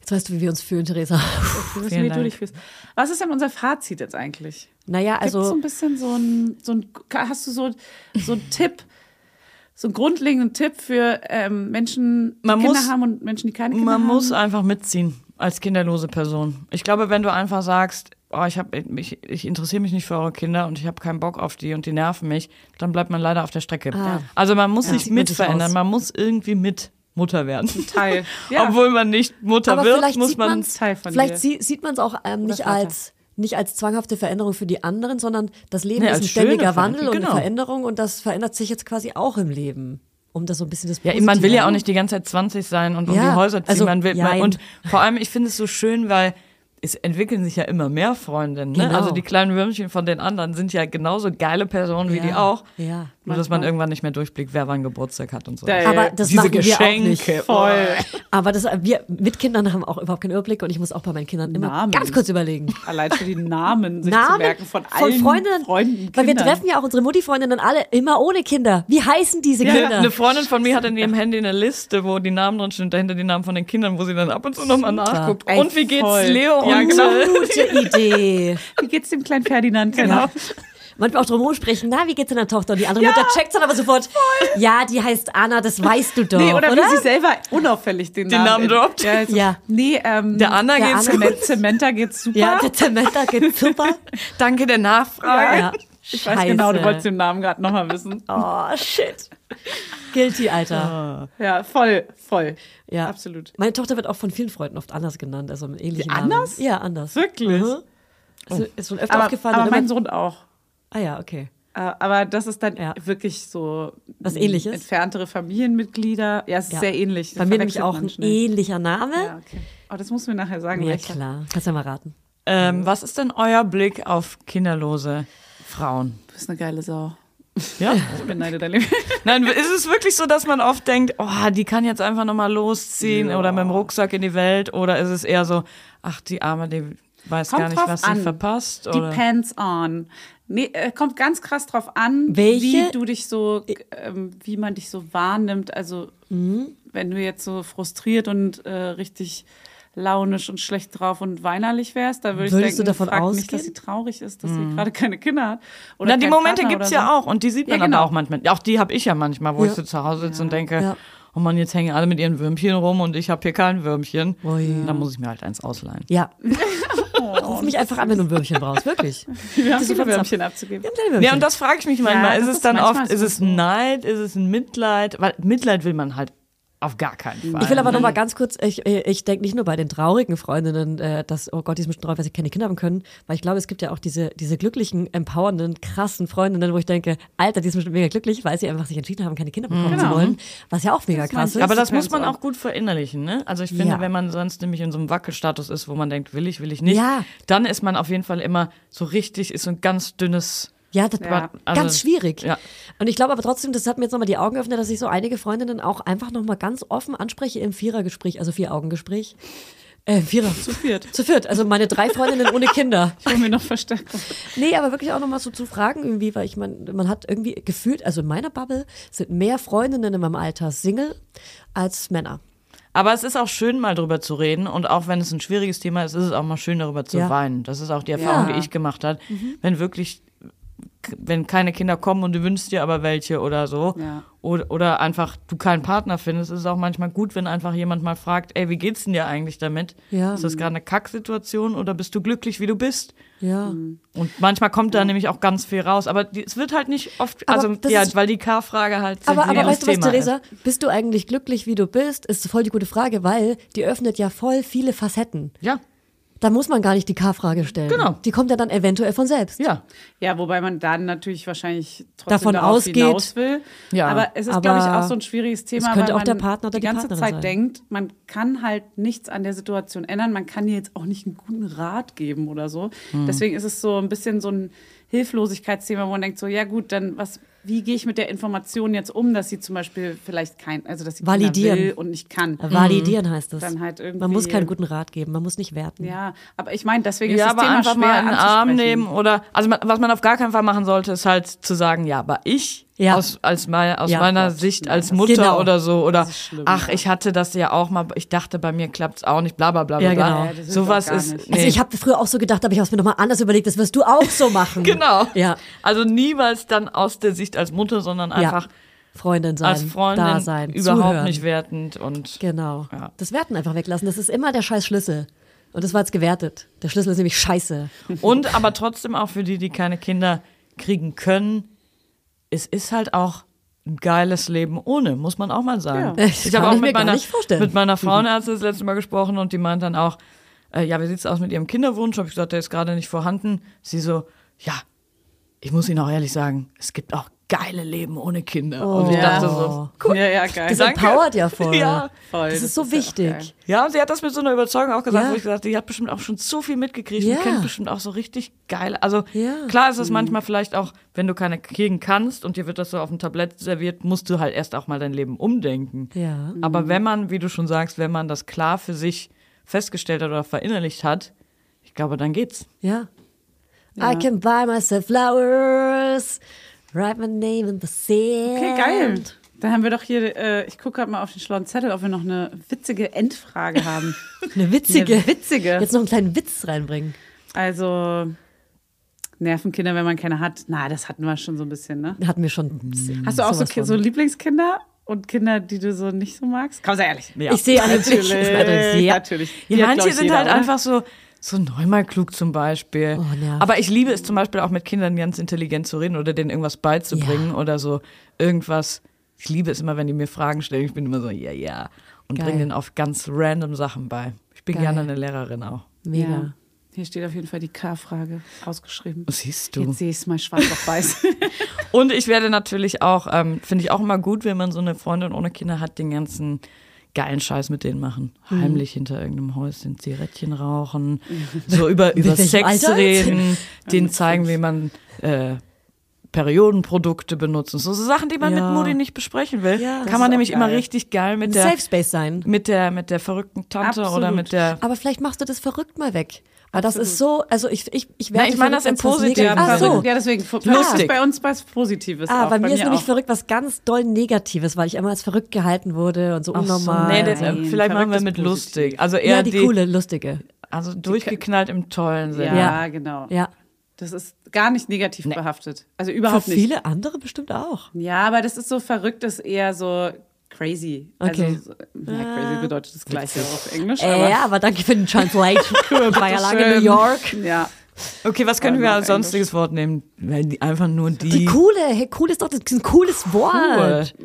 C: Jetzt weißt du, wie wir uns fühlen, Theresa.
D: Wir wissen,
B: Vielen
D: wie du
B: Dank.
D: dich fühlst. Was ist denn unser Fazit jetzt eigentlich?
C: Naja,
D: Gibt es so
C: also
D: ein bisschen so ein, so ein hast du so, so einen Tipp, so einen grundlegenden Tipp für ähm, Menschen, die
B: Man
D: Kinder
B: muss-
D: haben und Menschen, die keine
C: Genau.
D: Kinder
B: Man
D: haben?
B: muss einfach mitziehen als kinderlose Person. Ich glaube, wenn du einfach sagst, oh, ich, hab, ich, ich interessiere mich nicht für eure Kinder und ich habe keinen Bock auf die und die nerven mich, dann bleibt man leider auf der Strecke. Also man muss sich
C: Ah. Sieht man
B: mit
C: sich
B: verändern,
C: aus.
B: man muss irgendwie mit Mutter werden.
D: Teil. Ja.
B: Obwohl man nicht Mutter
C: aber
B: wird,
C: vielleicht
B: muss
C: sieht
B: man
C: man's,
D: Teil von
C: vielleicht
D: dir.
C: sie- sieht man es auch ähm, nicht
D: Vater.
C: als nicht als zwanghafte Veränderung für die anderen, sondern das Leben
B: Nee,
C: ist
B: als
C: ein ständiger
B: schöne
C: Wandel und
B: Veränderung, Genau.
C: eine Veränderung und das verändert sich jetzt quasi auch im Leben. Um das so ein bisschen das
B: Ja,
C: Positive-
B: man will ja auch nicht die ganze Zeit 20 sein und um
C: Ja,
B: die Häuser ziehen.
C: also,
B: man will, man,
C: jein.
B: und vor allem, ich finde es so schön, weil es entwickeln sich ja immer mehr Freundinnen. Ne?
C: Genau.
B: Also die kleinen Würmchen von den anderen sind ja genauso geile Personen wie
C: Ja,
B: die auch.
C: ja.
B: Nur, dass man irgendwann nicht mehr durchblickt, wer wann Geburtstag hat und so. Ah,
D: Geil.
C: Aber das
B: Äh, Diese
C: machen wir auch
B: Geschenke. oh.
C: nicht.
D: Voll.
C: Aber das, wir mit Kindern haben auch überhaupt keinen Überblick und ich muss auch bei meinen Kindern immer
D: Namen.
C: ganz kurz überlegen.
D: Allein schon die Namen sich zu
C: Namen
D: merken von allen
C: Freundinnen,
D: Freunden.
C: weil wir
D: Kindern.
C: treffen ja auch unsere Mutti-Freundinnen alle immer ohne Kinder. Wie heißen diese
B: Ja,
C: Kinder?
B: eine Freundin von mir hat in ihrem Handy eine Liste, wo die Namen drin stehen, dahinter die Namen von den Kindern, wo sie dann ab und zu nochmal nachguckt.
D: Ey,
B: und wie geht's
D: voll.
B: Leo
D: Ja,
B: und äh,
D: genau.
B: Till?
C: Gute Idee.
D: Wie geht's dem kleinen Ferdinand?
B: Genau.
C: Manchmal auch drum rumsprechen, na, wie geht's deiner Tochter? Und die andere Mutter checkt's dann aber sofort. Ja, die heißt Anna, das weißt du doch,
D: Nee, oder,
C: oder?
D: wie sie selber unauffällig den,
B: Den Namen
D: Namen
B: droppt.
D: Ja, also,
C: Ja.
D: Nee, ähm,
B: Der Anna
C: Der
B: geht's
C: Anna-
B: gut.
D: Zement, Zementa geht's super.
C: ja, der Samantha geht super.
B: Danke der Nachfrage.
C: Ja.
D: Ich weiß genau, du
C: Scheiße.
D: wolltest den Namen gerade nochmal wissen.
C: Oh, shit. Guilty, Alter.
D: Ja, voll, voll.
C: Ja.
D: Absolut.
C: Meine Tochter wird auch von vielen Freunden oft anders genannt, also mit ähnlichen
D: Wie, anders?
C: Namen. Ja, anders.
D: Wirklich? Oh.
C: Mhm. Ist, ist schon öfter
D: Aber,
C: aufgefallen.
D: aber
C: und
D: mein
C: immer-
D: Sohn auch.
C: ah ja, okay.
D: Äh, Aber das ist dann
C: Ja.
D: wirklich so
C: Was
D: mh,
C: Ähnliches?
D: entferntere Familienmitglieder. Ja, es ist
C: Ja.
D: sehr ähnlich.
C: Bei mir nämlich auch ein
D: ähnlich.
C: ähnlicher Name.
D: Ja, okay. Aber das muss mir nachher sagen.
C: Ja,
D: weil ich hab-
C: klar. Kannst ja mal raten.
B: Ähm, was ist denn euer Blick auf kinderlose Frauen?
D: Du bist eine geile Sau.
B: Ja.
D: Ich beneide dein Leben.
B: Nein, ist es wirklich so, dass man oft denkt, oh, die kann jetzt einfach nochmal losziehen oder mit dem Rucksack in die Welt? Oder ist es eher so, ach, die Arme, die weiß gar nicht,
D: drauf
B: was
D: an.
B: sie verpasst? Oder?
D: Depends on. Nee, äh, kommt ganz krass drauf an,
C: Welche-
D: wie du dich so, ähm, wie man dich so wahrnimmt. Also
B: Mhm.
D: wenn du jetzt so frustriert und äh, richtig launisch und schlecht drauf und weinerlich wärst, dann würde ich
C: Würdest
D: denken,
C: du davon
D: frag nicht,
C: ausgehen?
D: dass sie traurig ist, dass sie gerade keine Kinder hat. Oder
B: Mhm. Na, die
D: keinen
B: Momente
D: Partner
B: gibt's
D: oder
B: ja
D: so.
B: auch und die sieht
D: Ja,
B: man dann
D: genau.
B: auch manchmal. Auch die habe ich ja manchmal, wo
C: Ja.
B: ich so zu Hause sitze und denke,
C: Ja.
B: oh Mann, jetzt hängen alle mit ihren Würmchen rum und ich habe hier kein Würmchen.
C: Ui.
B: Dann muss ich mir halt eins ausleihen.
C: Ja. Ruf mich einfach an, wenn du ein Würmchen brauchst, wirklich.
D: Wir haben
C: Das ist
D: viele
C: WhatsApp.
D: Würmchen abzugeben.
C: Wir haben kleine Würmchen.
B: Ja, und das frage ich mich manchmal. ist
D: das
B: es
D: ist
B: dann
D: manchmal
B: oft,
D: ist
B: ist es Neid, ist es ein Mitleid? Weil Mitleid will man halt auf gar keinen Fall.
C: Ich will aber
B: ne?
C: noch mal ganz kurz, ich, ich denke nicht nur bei den traurigen Freundinnen, äh, dass, oh Gott, die sind bestimmt traurig, weil sie keine Kinder haben können, weil ich glaube, es gibt ja auch diese, diese glücklichen, empowernden, krassen Freundinnen, wo ich denke, Alter, die sind bestimmt mega glücklich, weil sie einfach sich entschieden haben, keine Kinder bekommen zu
D: Genau.
C: wollen, was ja auch mega
D: Das meine
C: krass
D: ich.
C: ist.
B: Aber das
D: Depends
B: muss man
D: on.
B: auch gut verinnerlichen, ne? Also ich finde,
C: Ja.
B: wenn man sonst nämlich in so einem Wackelstatus ist, wo man denkt, will ich, will ich nicht,
C: Ja.
B: dann ist man auf jeden Fall immer so richtig, ist so ein ganz dünnes.
C: Ja, das
D: Ja.
C: war
B: Also,
C: ganz schwierig.
B: ja.
C: Und ich glaube aber trotzdem, das hat mir jetzt nochmal die Augen geöffnet, dass ich so einige Freundinnen auch einfach nochmal ganz offen anspreche im Vierergespräch, also Vier-Augen-Gespräch. Äh, Vierer.
D: Zu viert.
C: Zu viert, also meine drei Freundinnen ohne Kinder.
D: Ich hole mir noch Verstärkung.
C: Nee, aber wirklich auch nochmal so zu fragen irgendwie, weil ich meine, man hat irgendwie gefühlt, also in meiner Bubble sind mehr Freundinnen in meinem Alter Single als Männer.
B: Aber es ist auch schön, mal drüber zu reden. Und auch wenn es ein schwieriges Thema ist, ist es auch mal schön, darüber zu
C: Ja. Mhm.
B: weinen. Das ist auch die Erfahrung,
D: Ja.
B: die ich gemacht habe. Wenn wirklich, k- wenn keine Kinder kommen und du wünschst dir aber welche oder so.
D: Ja.
B: Oder, oder einfach du keinen Partner findest, ist es auch manchmal gut, wenn einfach jemand mal fragt, ey, wie geht's denn dir eigentlich damit?
C: Ja.
B: Ist das gerade eine Kacksituation oder bist du glücklich, wie du bist?
C: Ja.
B: Und manchmal kommt da nämlich auch ganz viel raus. Aber die, es wird halt nicht oft,
C: Aber
B: also
C: das
B: ja,
C: ist-
B: weil die K-Frage halt
C: Aber,
B: sensibles
C: aber weißt du was,
B: Thema
C: Theresa? Bist du eigentlich glücklich, wie du bist? Ist voll die gute Frage, weil die öffnet ja voll viele Facetten.
B: Ist. Ja,
C: Da muss man gar nicht die K-Frage stellen.
B: Genau.
C: Die kommt ja dann eventuell von selbst.
B: ja.
D: Ja, wobei man dann natürlich wahrscheinlich trotzdem
C: Davon
D: darauf
C: ausgeht.
D: hinaus will.
B: Ja.
D: aber es ist,
C: Aber
D: glaube ich, auch so ein schwieriges Thema,
C: könnte
D: weil
C: auch
D: man
C: der Partner oder
D: die
C: die
D: ganze
C: Partnerin
D: Zeit
C: sein.
D: denkt, man kann halt nichts an der Situation ändern. Man kann dir jetzt auch nicht einen guten Rat geben oder so.
C: Hm.
D: Deswegen ist es so ein bisschen so ein Hilflosigkeitsthema, wo man denkt so, ja gut, dann was, wie gehe ich mit der Information jetzt um, dass sie zum Beispiel vielleicht kein, also dass sie Kinder
C: Validieren.
D: will und nicht kann.
C: Validieren heißt es.
D: Dann halt irgendwie-
C: man muss keinen guten Rat geben, man muss nicht werten.
D: Ja, aber ich meine, deswegen
B: ja,
D: ist das
B: aber
D: Thema
B: einfach
D: schwer
B: mal einen Arm
D: anzusprechen.
B: nehmen oder also man, was man auf gar keinen Fall machen sollte, ist halt zu sagen, ja, aber ich
C: Ja.
B: aus als mein, aus
C: Ja.
B: meiner
C: Gott,
B: Sicht als Mutter
C: Genau.
B: oder so oder
D: schlimm,
B: ach, ich hatte das ja auch mal, ich dachte, bei mir klappt's auch nicht, bla bla bla
C: Ja,
B: bla.
C: genau.
B: bla.
C: Ja,
D: das ist
B: Sowas
D: auch gar
B: ist
D: nicht.
B: nee.
C: Also ich habe früher auch so gedacht, aber ich habe es mir nochmal anders überlegt, das wirst du auch so machen.
B: genau.
C: Ja.
B: Also niemals dann aus der Sicht als Mutter, sondern einfach
C: ja. Freundin sein,
B: als Freundin
C: da sein,
B: überhaupt
C: zuhören.
B: nicht wertend und
C: Genau.
B: Ja.
C: Das Werten einfach weglassen. Das ist immer der scheiß Schlüssel. Und das war jetzt gewertet. Der Schlüssel ist nämlich scheiße.
B: Und aber trotzdem auch für die, die keine Kinder kriegen können, es ist halt auch ein geiles Leben ohne, muss man auch mal sagen.
D: Ja.
C: Das kann ich mir gar
B: meiner,
C: nicht vorstellen. Mhm.
B: mit meiner Frauenärztin das letzte Mal gesprochen und die meint dann auch, äh, ja, wie sieht's aus mit ihrem Kinderwunsch? Hab ich gesagt, der ist gerade nicht vorhanden. Sie so, ja, ich muss Ihnen auch ehrlich sagen, es gibt auch geile Leben ohne Kinder. und ich
C: Oh.
D: Ja.
B: dachte so, cool.
D: Ja, ja, geil.
C: Das
B: Danke.
C: empowert ja voll.
B: Ja,
D: voll.
C: Das, ist so
D: ja auch geil.
C: wichtig.
B: Ja, und sie hat das mit so einer Überzeugung auch gesagt,
C: Ja.
B: wo ich gesagt, die hat bestimmt auch schon so viel mitgekriegt
C: Ja.
B: und kennt bestimmt auch so richtig geil. Also
C: Ja. Mhm.
B: klar ist es manchmal vielleicht auch, wenn du keine kriegen kannst und dir wird das so auf dem Tablett serviert, musst du halt erst auch mal dein Leben umdenken.
C: Ja. Mhm.
B: Aber wenn man, wie du schon sagst, wenn man das klar für sich festgestellt hat oder verinnerlicht hat, ich glaube, dann geht's.
C: ja. I can buy myself flowers. Write my name in the sand.
D: Okay, geil. Dann haben wir doch hier, äh, ich gucke gerade mal auf den schlauen Zettel, ob wir noch eine witzige Endfrage haben.
C: Eine witzige.
D: Eine witzige.
C: Jetzt noch einen kleinen Witz reinbringen.
D: Also, Nervenkinder, wenn man keine hat. Na, das hatten wir schon so ein bisschen, ne?
C: Hatten wir schon.
D: Hast du auch so,
C: sowas
D: Ki-
C: von.
D: so Lieblingskinder und Kinder, die du so nicht so magst? Komm, sei ehrlich.
B: Ja.
C: Ich sehe alle
D: Natürlich,
C: Natürlich. Ja.
D: natürlich. Die
B: Ja,
D: hat, glaub
B: manche
D: ich,
B: sind
D: jeder,
B: halt
D: oder?
B: einfach so, so neunmal klug zum Beispiel.
C: Oh, nervt.
B: Aber ich liebe es zum Beispiel auch mit Kindern ganz intelligent zu reden oder denen irgendwas beizubringen
C: Ja.
B: oder so irgendwas. Ich liebe es immer, wenn die mir Fragen stellen. Ich bin immer so, ja, ja. Und
C: Geil.
B: bringe denen auf ganz random Sachen bei. Ich bin
C: Geil.
B: gerne eine Lehrerin auch.
C: Mega.
D: Ja. Hier steht auf jeden Fall die K-Frage ausgeschrieben.
B: Siehst
D: Jetzt sehe ich es mal schwarz auf weiß.
B: Und ich werde natürlich auch, ähm, finde ich auch immer gut, wenn man so eine Freundin ohne Kinder hat, den ganzen geilen Scheiß mit denen machen.
C: Mhm.
B: Heimlich hinter irgendeinem Häuschen Zigarettchen rauchen, so über, über
C: welchem
B: Sex
C: Alter?
B: reden, denen zeigen, wie man äh, Periodenprodukte benutzen. So, so Sachen, die man
C: Ja.
B: mit Modi nicht besprechen will,
C: Ja, das
B: kann man
C: ist
B: nämlich
C: auch
B: immer
C: geil.
B: richtig geil mit
C: Ein
B: der,
C: Safe Space sein.
B: mit der, mit der verrückten Tante
D: Absolut.
B: oder mit der.
C: Aber vielleicht machst du das verrückt mal weg. Weil das ist so, also ich, ich, ich werde
B: ich meine das im Positiven.
C: Ach so.
D: verrückt. Ja, deswegen ver-
B: Lustig.
D: verrückt ist bei uns was Positives.
C: Ah,
D: auch.
C: bei mir ist
D: mir
C: nämlich
D: auch.
C: verrückt was ganz doll Negatives, weil ich immer als verrückt gehalten wurde und so
D: so,
C: unnormal.
B: Nee,
D: Nein.
B: das, äh, vielleicht machen wir
D: Verrücktes
B: mit
D: Positiv.
B: lustig. Also eher
C: ja, die,
B: die,
C: coole, lustige.
B: also durchgeknallt im tollen Sinne.
D: Ja,
C: Ja.
D: genau.
C: Ja.
D: Das ist gar nicht negativ behaftet. Also
C: Für
D: überhaupt nicht.
C: viele andere bestimmt auch.
D: Ja, aber das ist so verrückt, ist eher so crazy.
C: Okay. Ah.
D: Also, so- ja, crazy bedeutet das gleiche auf Englisch.
C: Äh, ja, aber danke für den Translation. Ich war ja lange in
D: Schön.
C: New York.
D: Ja.
B: Okay, was können
D: Aber
B: wir
D: noch
B: als sonstiges Wort nehmen? Weil die- Einfach nur die.
C: Die coole, hey, cool ist doch das ist ein cooles
B: Cool.
C: Wort. Sagt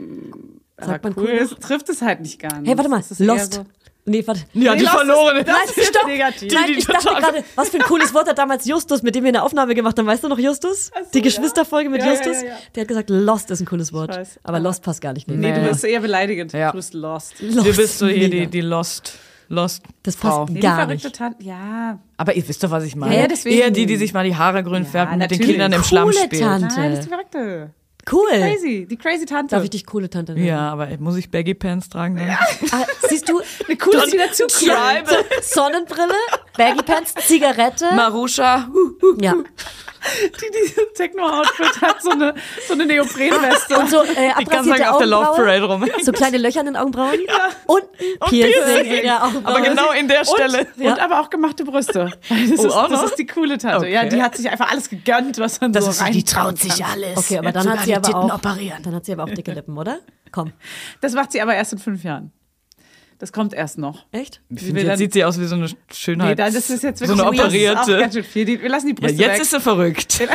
D: Aber
C: man
D: cool,
C: cool.
D: ist, trifft es halt nicht gar nicht.
C: Hey, warte mal,
D: Es ist eher
C: Lost.
D: so-
C: Nee, warte.
B: Ja,
D: Nee,
B: die
D: lass es.
B: verlorene.
D: Das
C: Nein,
D: ist jetzt
C: stopp.
D: negativ.
C: Nein, ich dachte
B: total-
C: gerade, was für ein cooles Wort hat damals Justus, mit dem wir eine Aufnahme gemacht haben. Weißt du noch Justus? die Geschwisterfolge mit
D: Ja, ja,
C: Justus?
D: ja, ja.
C: Der hat gesagt, Lost ist ein cooles Wort.
D: weiß.
C: Aber Lost passt gar nicht.
D: Nee,
C: Nee.
D: du bist eher beleidigend.
B: Ja.
D: Du bist lost.
C: Lost,
B: Du bist so hier
C: mega.
B: die, die Lost. Lost.
C: Das passt
B: Frau.
D: Nee,
C: Gar
D: die verrückte
C: nicht.
D: Tante. Ja.
B: Aber ihr wisst doch, was ich meine.
D: Ja, ja, deswegen.
B: Eher die, die sich mal die Haare grün färben und mit den
D: natürlich.
B: Kindern im
C: Coole
B: Schlamm spielt.
C: Tante.
D: Nein, das ist die verrückte.
C: Cool.
D: Crazy. Die crazy Tante.
C: Darf ich dich coole Tante nennen?
B: Ja, aber muss ich Baggy Pants tragen? Dann?
C: Ah, siehst du,
D: Eine coole ist wieder zu cool.
B: Tribal.
C: Sonnenbrille, Baggy Pants, Zigarette.
B: Marusha.
C: ja.
D: Die, die Techno-Outfit hat so eine, so eine Neoprenweste.
C: Und so äh,
B: Ich kann sagen,
C: abrasierte
B: auf der Love
C: Augenbrauen.
B: Parade rum.
C: So kleine Löcher in den Augenbrauen. Und ein Piercing in der Augenbraue.
B: Aber genau in
C: Ah.
B: der Stelle.
D: Und, und aber auch gemachte Brüste. Das, ist,
B: Oh, auch
D: das
B: noch?
D: ist die coole Tante. Ja,
B: Okay.
D: die hat sich einfach alles gegönnt, was man
B: Also
D: so rein.
B: alles.
C: Okay, aber dann hat sie aber auch Dann hat sie aber auch dicke Lippen, oder? Komm.
D: Das macht sie aber erst in fünf Jahren. Das kommt erst noch.
C: Echt?
B: Ich
D: will
B: finde, jetzt
D: dann-
B: sieht sie aus wie so eine
D: Nee,
B: Schönheit.
D: dann, das ist jetzt
B: so
D: wirklich
B: eine
D: das ist auch
B: operierte.
D: ganz schön viel. Die, wir lassen die
B: Ja,
D: Brüste
B: jetzt ist sie verrückt.
D: weg.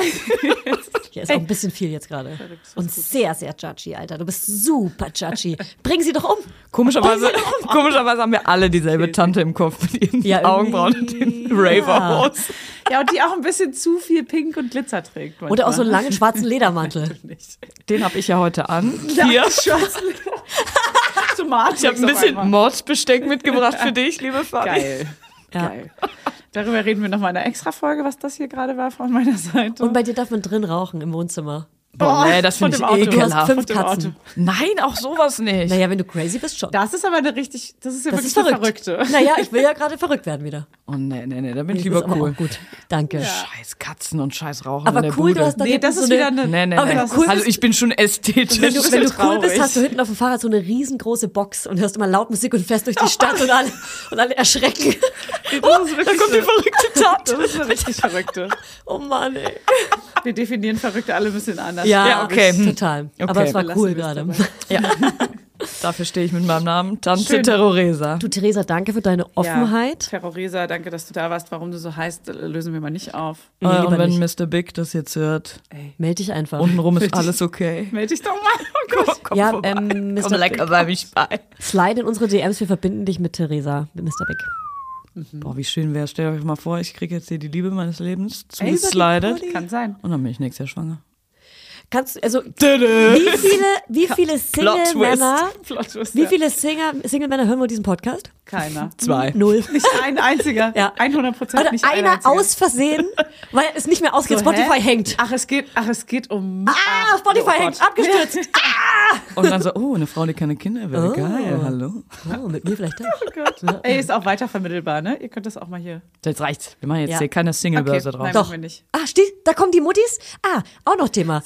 C: Ja, ist auch ein bisschen viel jetzt gerade. Und sehr, sehr judgy, Alter. Du bist super judgy. Bring sie doch um.
B: Komischerweise, komischerweise haben wir alle dieselbe Tante im Kopf mit ihren
C: Ja, irgendwie-
B: Augenbrauen und den Raver-Horse.
D: ja, und die auch ein bisschen zu viel Pink und Glitzer trägt. Manchmal.
C: Oder auch so einen langen schwarzen Ledermantel.
B: Den habe ich ja heute an. Hier.
D: Ja, schwarzen Tomaten.
B: Ich habe ein bisschen Mordsbesteck mitgebracht für dich, liebe Fabi.
D: Geil.
C: Ja.
D: Geil. Darüber reden wir nochmal in einer extra Folge, was das hier gerade war von meiner Seite.
C: Und bei dir darf man drin rauchen im Wohnzimmer.
B: Boah, nee, das
D: und
B: finde ich
D: im Auto.
C: Du hast
B: ekelhaft.
C: fünf
D: Und im Auto.
C: Katzen.
B: Nein, auch sowas nicht.
C: Naja, wenn du crazy bist, schon.
D: das ist aber eine richtig, das ist ja
C: Das
D: wirklich
C: ist verrückt.
D: eine verrückte.
C: Naja, ich will ja gerade verrückt werden wieder.
B: Oh nee, nee, nee, da bin ich
C: Das
B: lieber
C: ist aber
B: cool.
C: auch gut. Danke.
B: Scheiß Katzen und scheiß Rauchen in
C: Aber
B: der
C: cool,
B: Bude.
C: du hast da
D: Nee,
C: hinten
D: das
C: so
D: ist
C: eine,
D: wieder eine.
B: Nee, nee,
C: Aber
B: nee.
C: wenn du cool
B: also
C: bist-
B: ich bin schon ästhetisch.
C: Wenn du,
D: ist
C: wenn
D: ja
C: du cool bist,
D: traurig.
C: hast du hinten auf dem Fahrrad so eine riesengroße Box und hörst immer laut Musik und fährst durch die Stadt und, alle, und alle erschrecken.
D: Das ist
B: da
D: wirklich
B: kommt die
D: eine,
B: verrückte
D: das
B: Tat.
D: ist eine richtig verrückte.
C: Oh Mann, ey.
D: Wir definieren Verrückte alle ein bisschen anders.
C: Ja,
B: Ja, okay. Hm.
C: total. Aber
B: Okay.
C: es war
D: Lassen
C: cool
D: wir es
C: gerade.
D: dabei.
B: Dafür stehe ich mit meinem Namen. Tante Terroresa.
C: Du, Theresa, danke für deine Offenheit.
D: Ja, Terrorisa, danke, dass du da warst. Warum du so heißt, lösen wir mal nicht auf.
B: Äh,
C: Nee, lieber
B: und wenn
C: nicht.
B: Mr. Big das jetzt hört,
C: Meld dich einfach.
B: untenrum ist alles okay.
D: Meld dich doch mal. Oh Gott.
B: Komm
C: Ja,
B: vorbei.
C: ähm, Mr.
B: Komm lecker bei mich bei.
C: Slide in unsere DMs, wir verbinden dich mit Theresa, mit Mr. Big.
B: Boah, wie schön wäre. Stellt euch mal vor, ich kriege jetzt hier die Liebe meines Lebens
D: Ey, über die
B: zugeslidet.
D: Pulli. Kann sein.
B: Und dann bin ich nächstes Jahr schwanger.
C: Kannst du, also, wie viele, wie viele Single-Männer,
D: Plot Twist,
C: wie
D: ja.
C: viele Singer- Single-Männer hören wohl diesen Podcast?
D: Keiner.
B: Zwei.
C: Null.
D: Nicht ein einziger.
C: Ja.
D: 100 Prozent.
C: Oder
D: nicht ein
C: einer
D: einziger.
C: aus Versehen, weil es nicht mehr ausgeht.
D: So,
C: Spotify
D: hä?
C: hängt.
D: Ach, es geht, ach, es geht um.
C: Ah, Spotify
D: oh
C: hängt,
D: Gott.
C: abgestürzt.
B: Und dann so, oh, eine Frau, die keine Kinder will.
C: Oh.
B: Geil, hallo.
C: Oh, mit mir vielleicht auch.
D: Oh Gott. Ey, ist auch weitervermittelbar, ne? Ihr könnt das auch mal hier.
B: Jetzt reicht's. Wir machen jetzt
C: Ja.
B: hier keine Singlebörse
D: Okay,
B: drauf.
D: nein.
C: Doch.
D: wir nicht.
C: Ah, steh, da kommen die Muttis. Ah, auch noch Thema.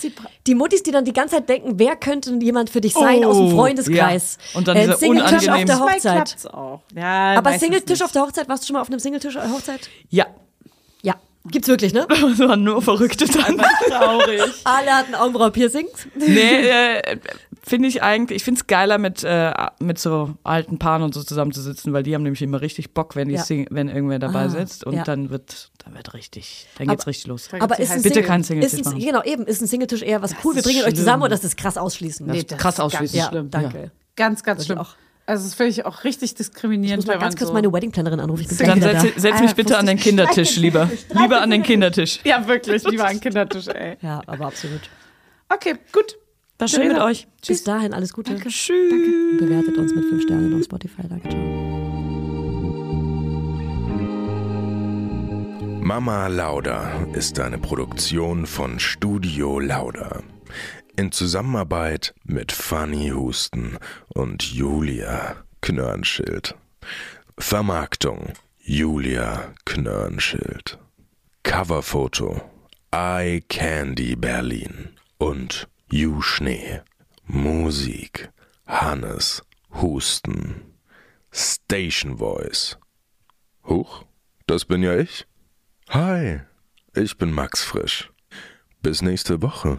C: Die Muttis, die dann die ganze Zeit denken, wer könnte jemand für dich sein aus dem
B: Oh,
C: Freundeskreis? Äh,
B: ja. Und dann dieser
C: Singletisch auf
B: unangenehme-
C: der
D: Manchmal
C: Hochzeit.
D: klappt's auch. Ja,
C: Aber
D: meistens
C: Singletisch
D: nicht.
C: auf der Hochzeit, warst du schon mal auf einem Singletisch auf der Hochzeit?
B: Ja.
C: Ja. Gibt's wirklich, ne?
B: Das waren nur verrückte Tanten.
D: Traurig.
C: Alle hatten Augenbrauen-Piercings.
B: Nee, äh, finde ich eigentlich, ich finde es geiler, mit, äh, mit so alten Paaren und so zusammenzusitzen, weil die haben nämlich immer richtig Bock, wenn, die
C: Ja.
B: sing wenn irgendwer dabei
C: Ah,
B: sitzt. Und
C: ja.
B: dann wird, dann wird richtig, dann geht's richtig los.
C: Aber
D: die
C: ist ein
D: heißen-
B: Bitte
C: Single-
B: kein Singletisch
C: ist ein,
B: machen.
C: Genau, eben. halt Ist ein Singletisch eher was cool. Wir
B: ist
C: bringen euch
B: schlimm.
C: zusammen und das ist krass ausschließen.
B: Das
C: Nee,
B: ist krass ausschließen.
C: eh ja,
B: schlimm,
C: danke.
B: ja.
D: Ganz, ganz
C: ich
D: schlimm.
C: auch.
D: Also, das finde ich auch richtig
C: Ich
D: diskriminierend.
C: muss mal
D: wenn
C: ganz
D: man
C: kurz
D: so-
C: meine Wedding-Plannerin anrufen. Ich bin gleich
B: Dann
C: wieder da.
B: setz, setz mich
D: Ah,
B: bitte an den Kindertisch lieber. Lieber an den Kindertisch.
D: Ja, wirklich, lieber an den Kindertisch, ey.
C: Ja, aber absolut.
D: Okay, gut.
B: War schön mit euch.
C: Bis dahin, alles Gute. Danke.
B: Tschüss.
C: Bewertet uns mit 5 Sternen auf Spotify. Danke, ciao.
E: Mama Lauda ist eine Produktion von Studio Lauda. In Zusammenarbeit mit Fanny Husten und Julia Knörnschild. Vermarktung Julia Knörnschild. Coverfoto Eye Candy Berlin und You Schnee. Musik Hannes Husten. Station Voice. Huch, das bin ja ich. Hi, ich bin Max Frisch. Bis nächste Woche,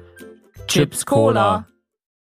F: Chips Cola.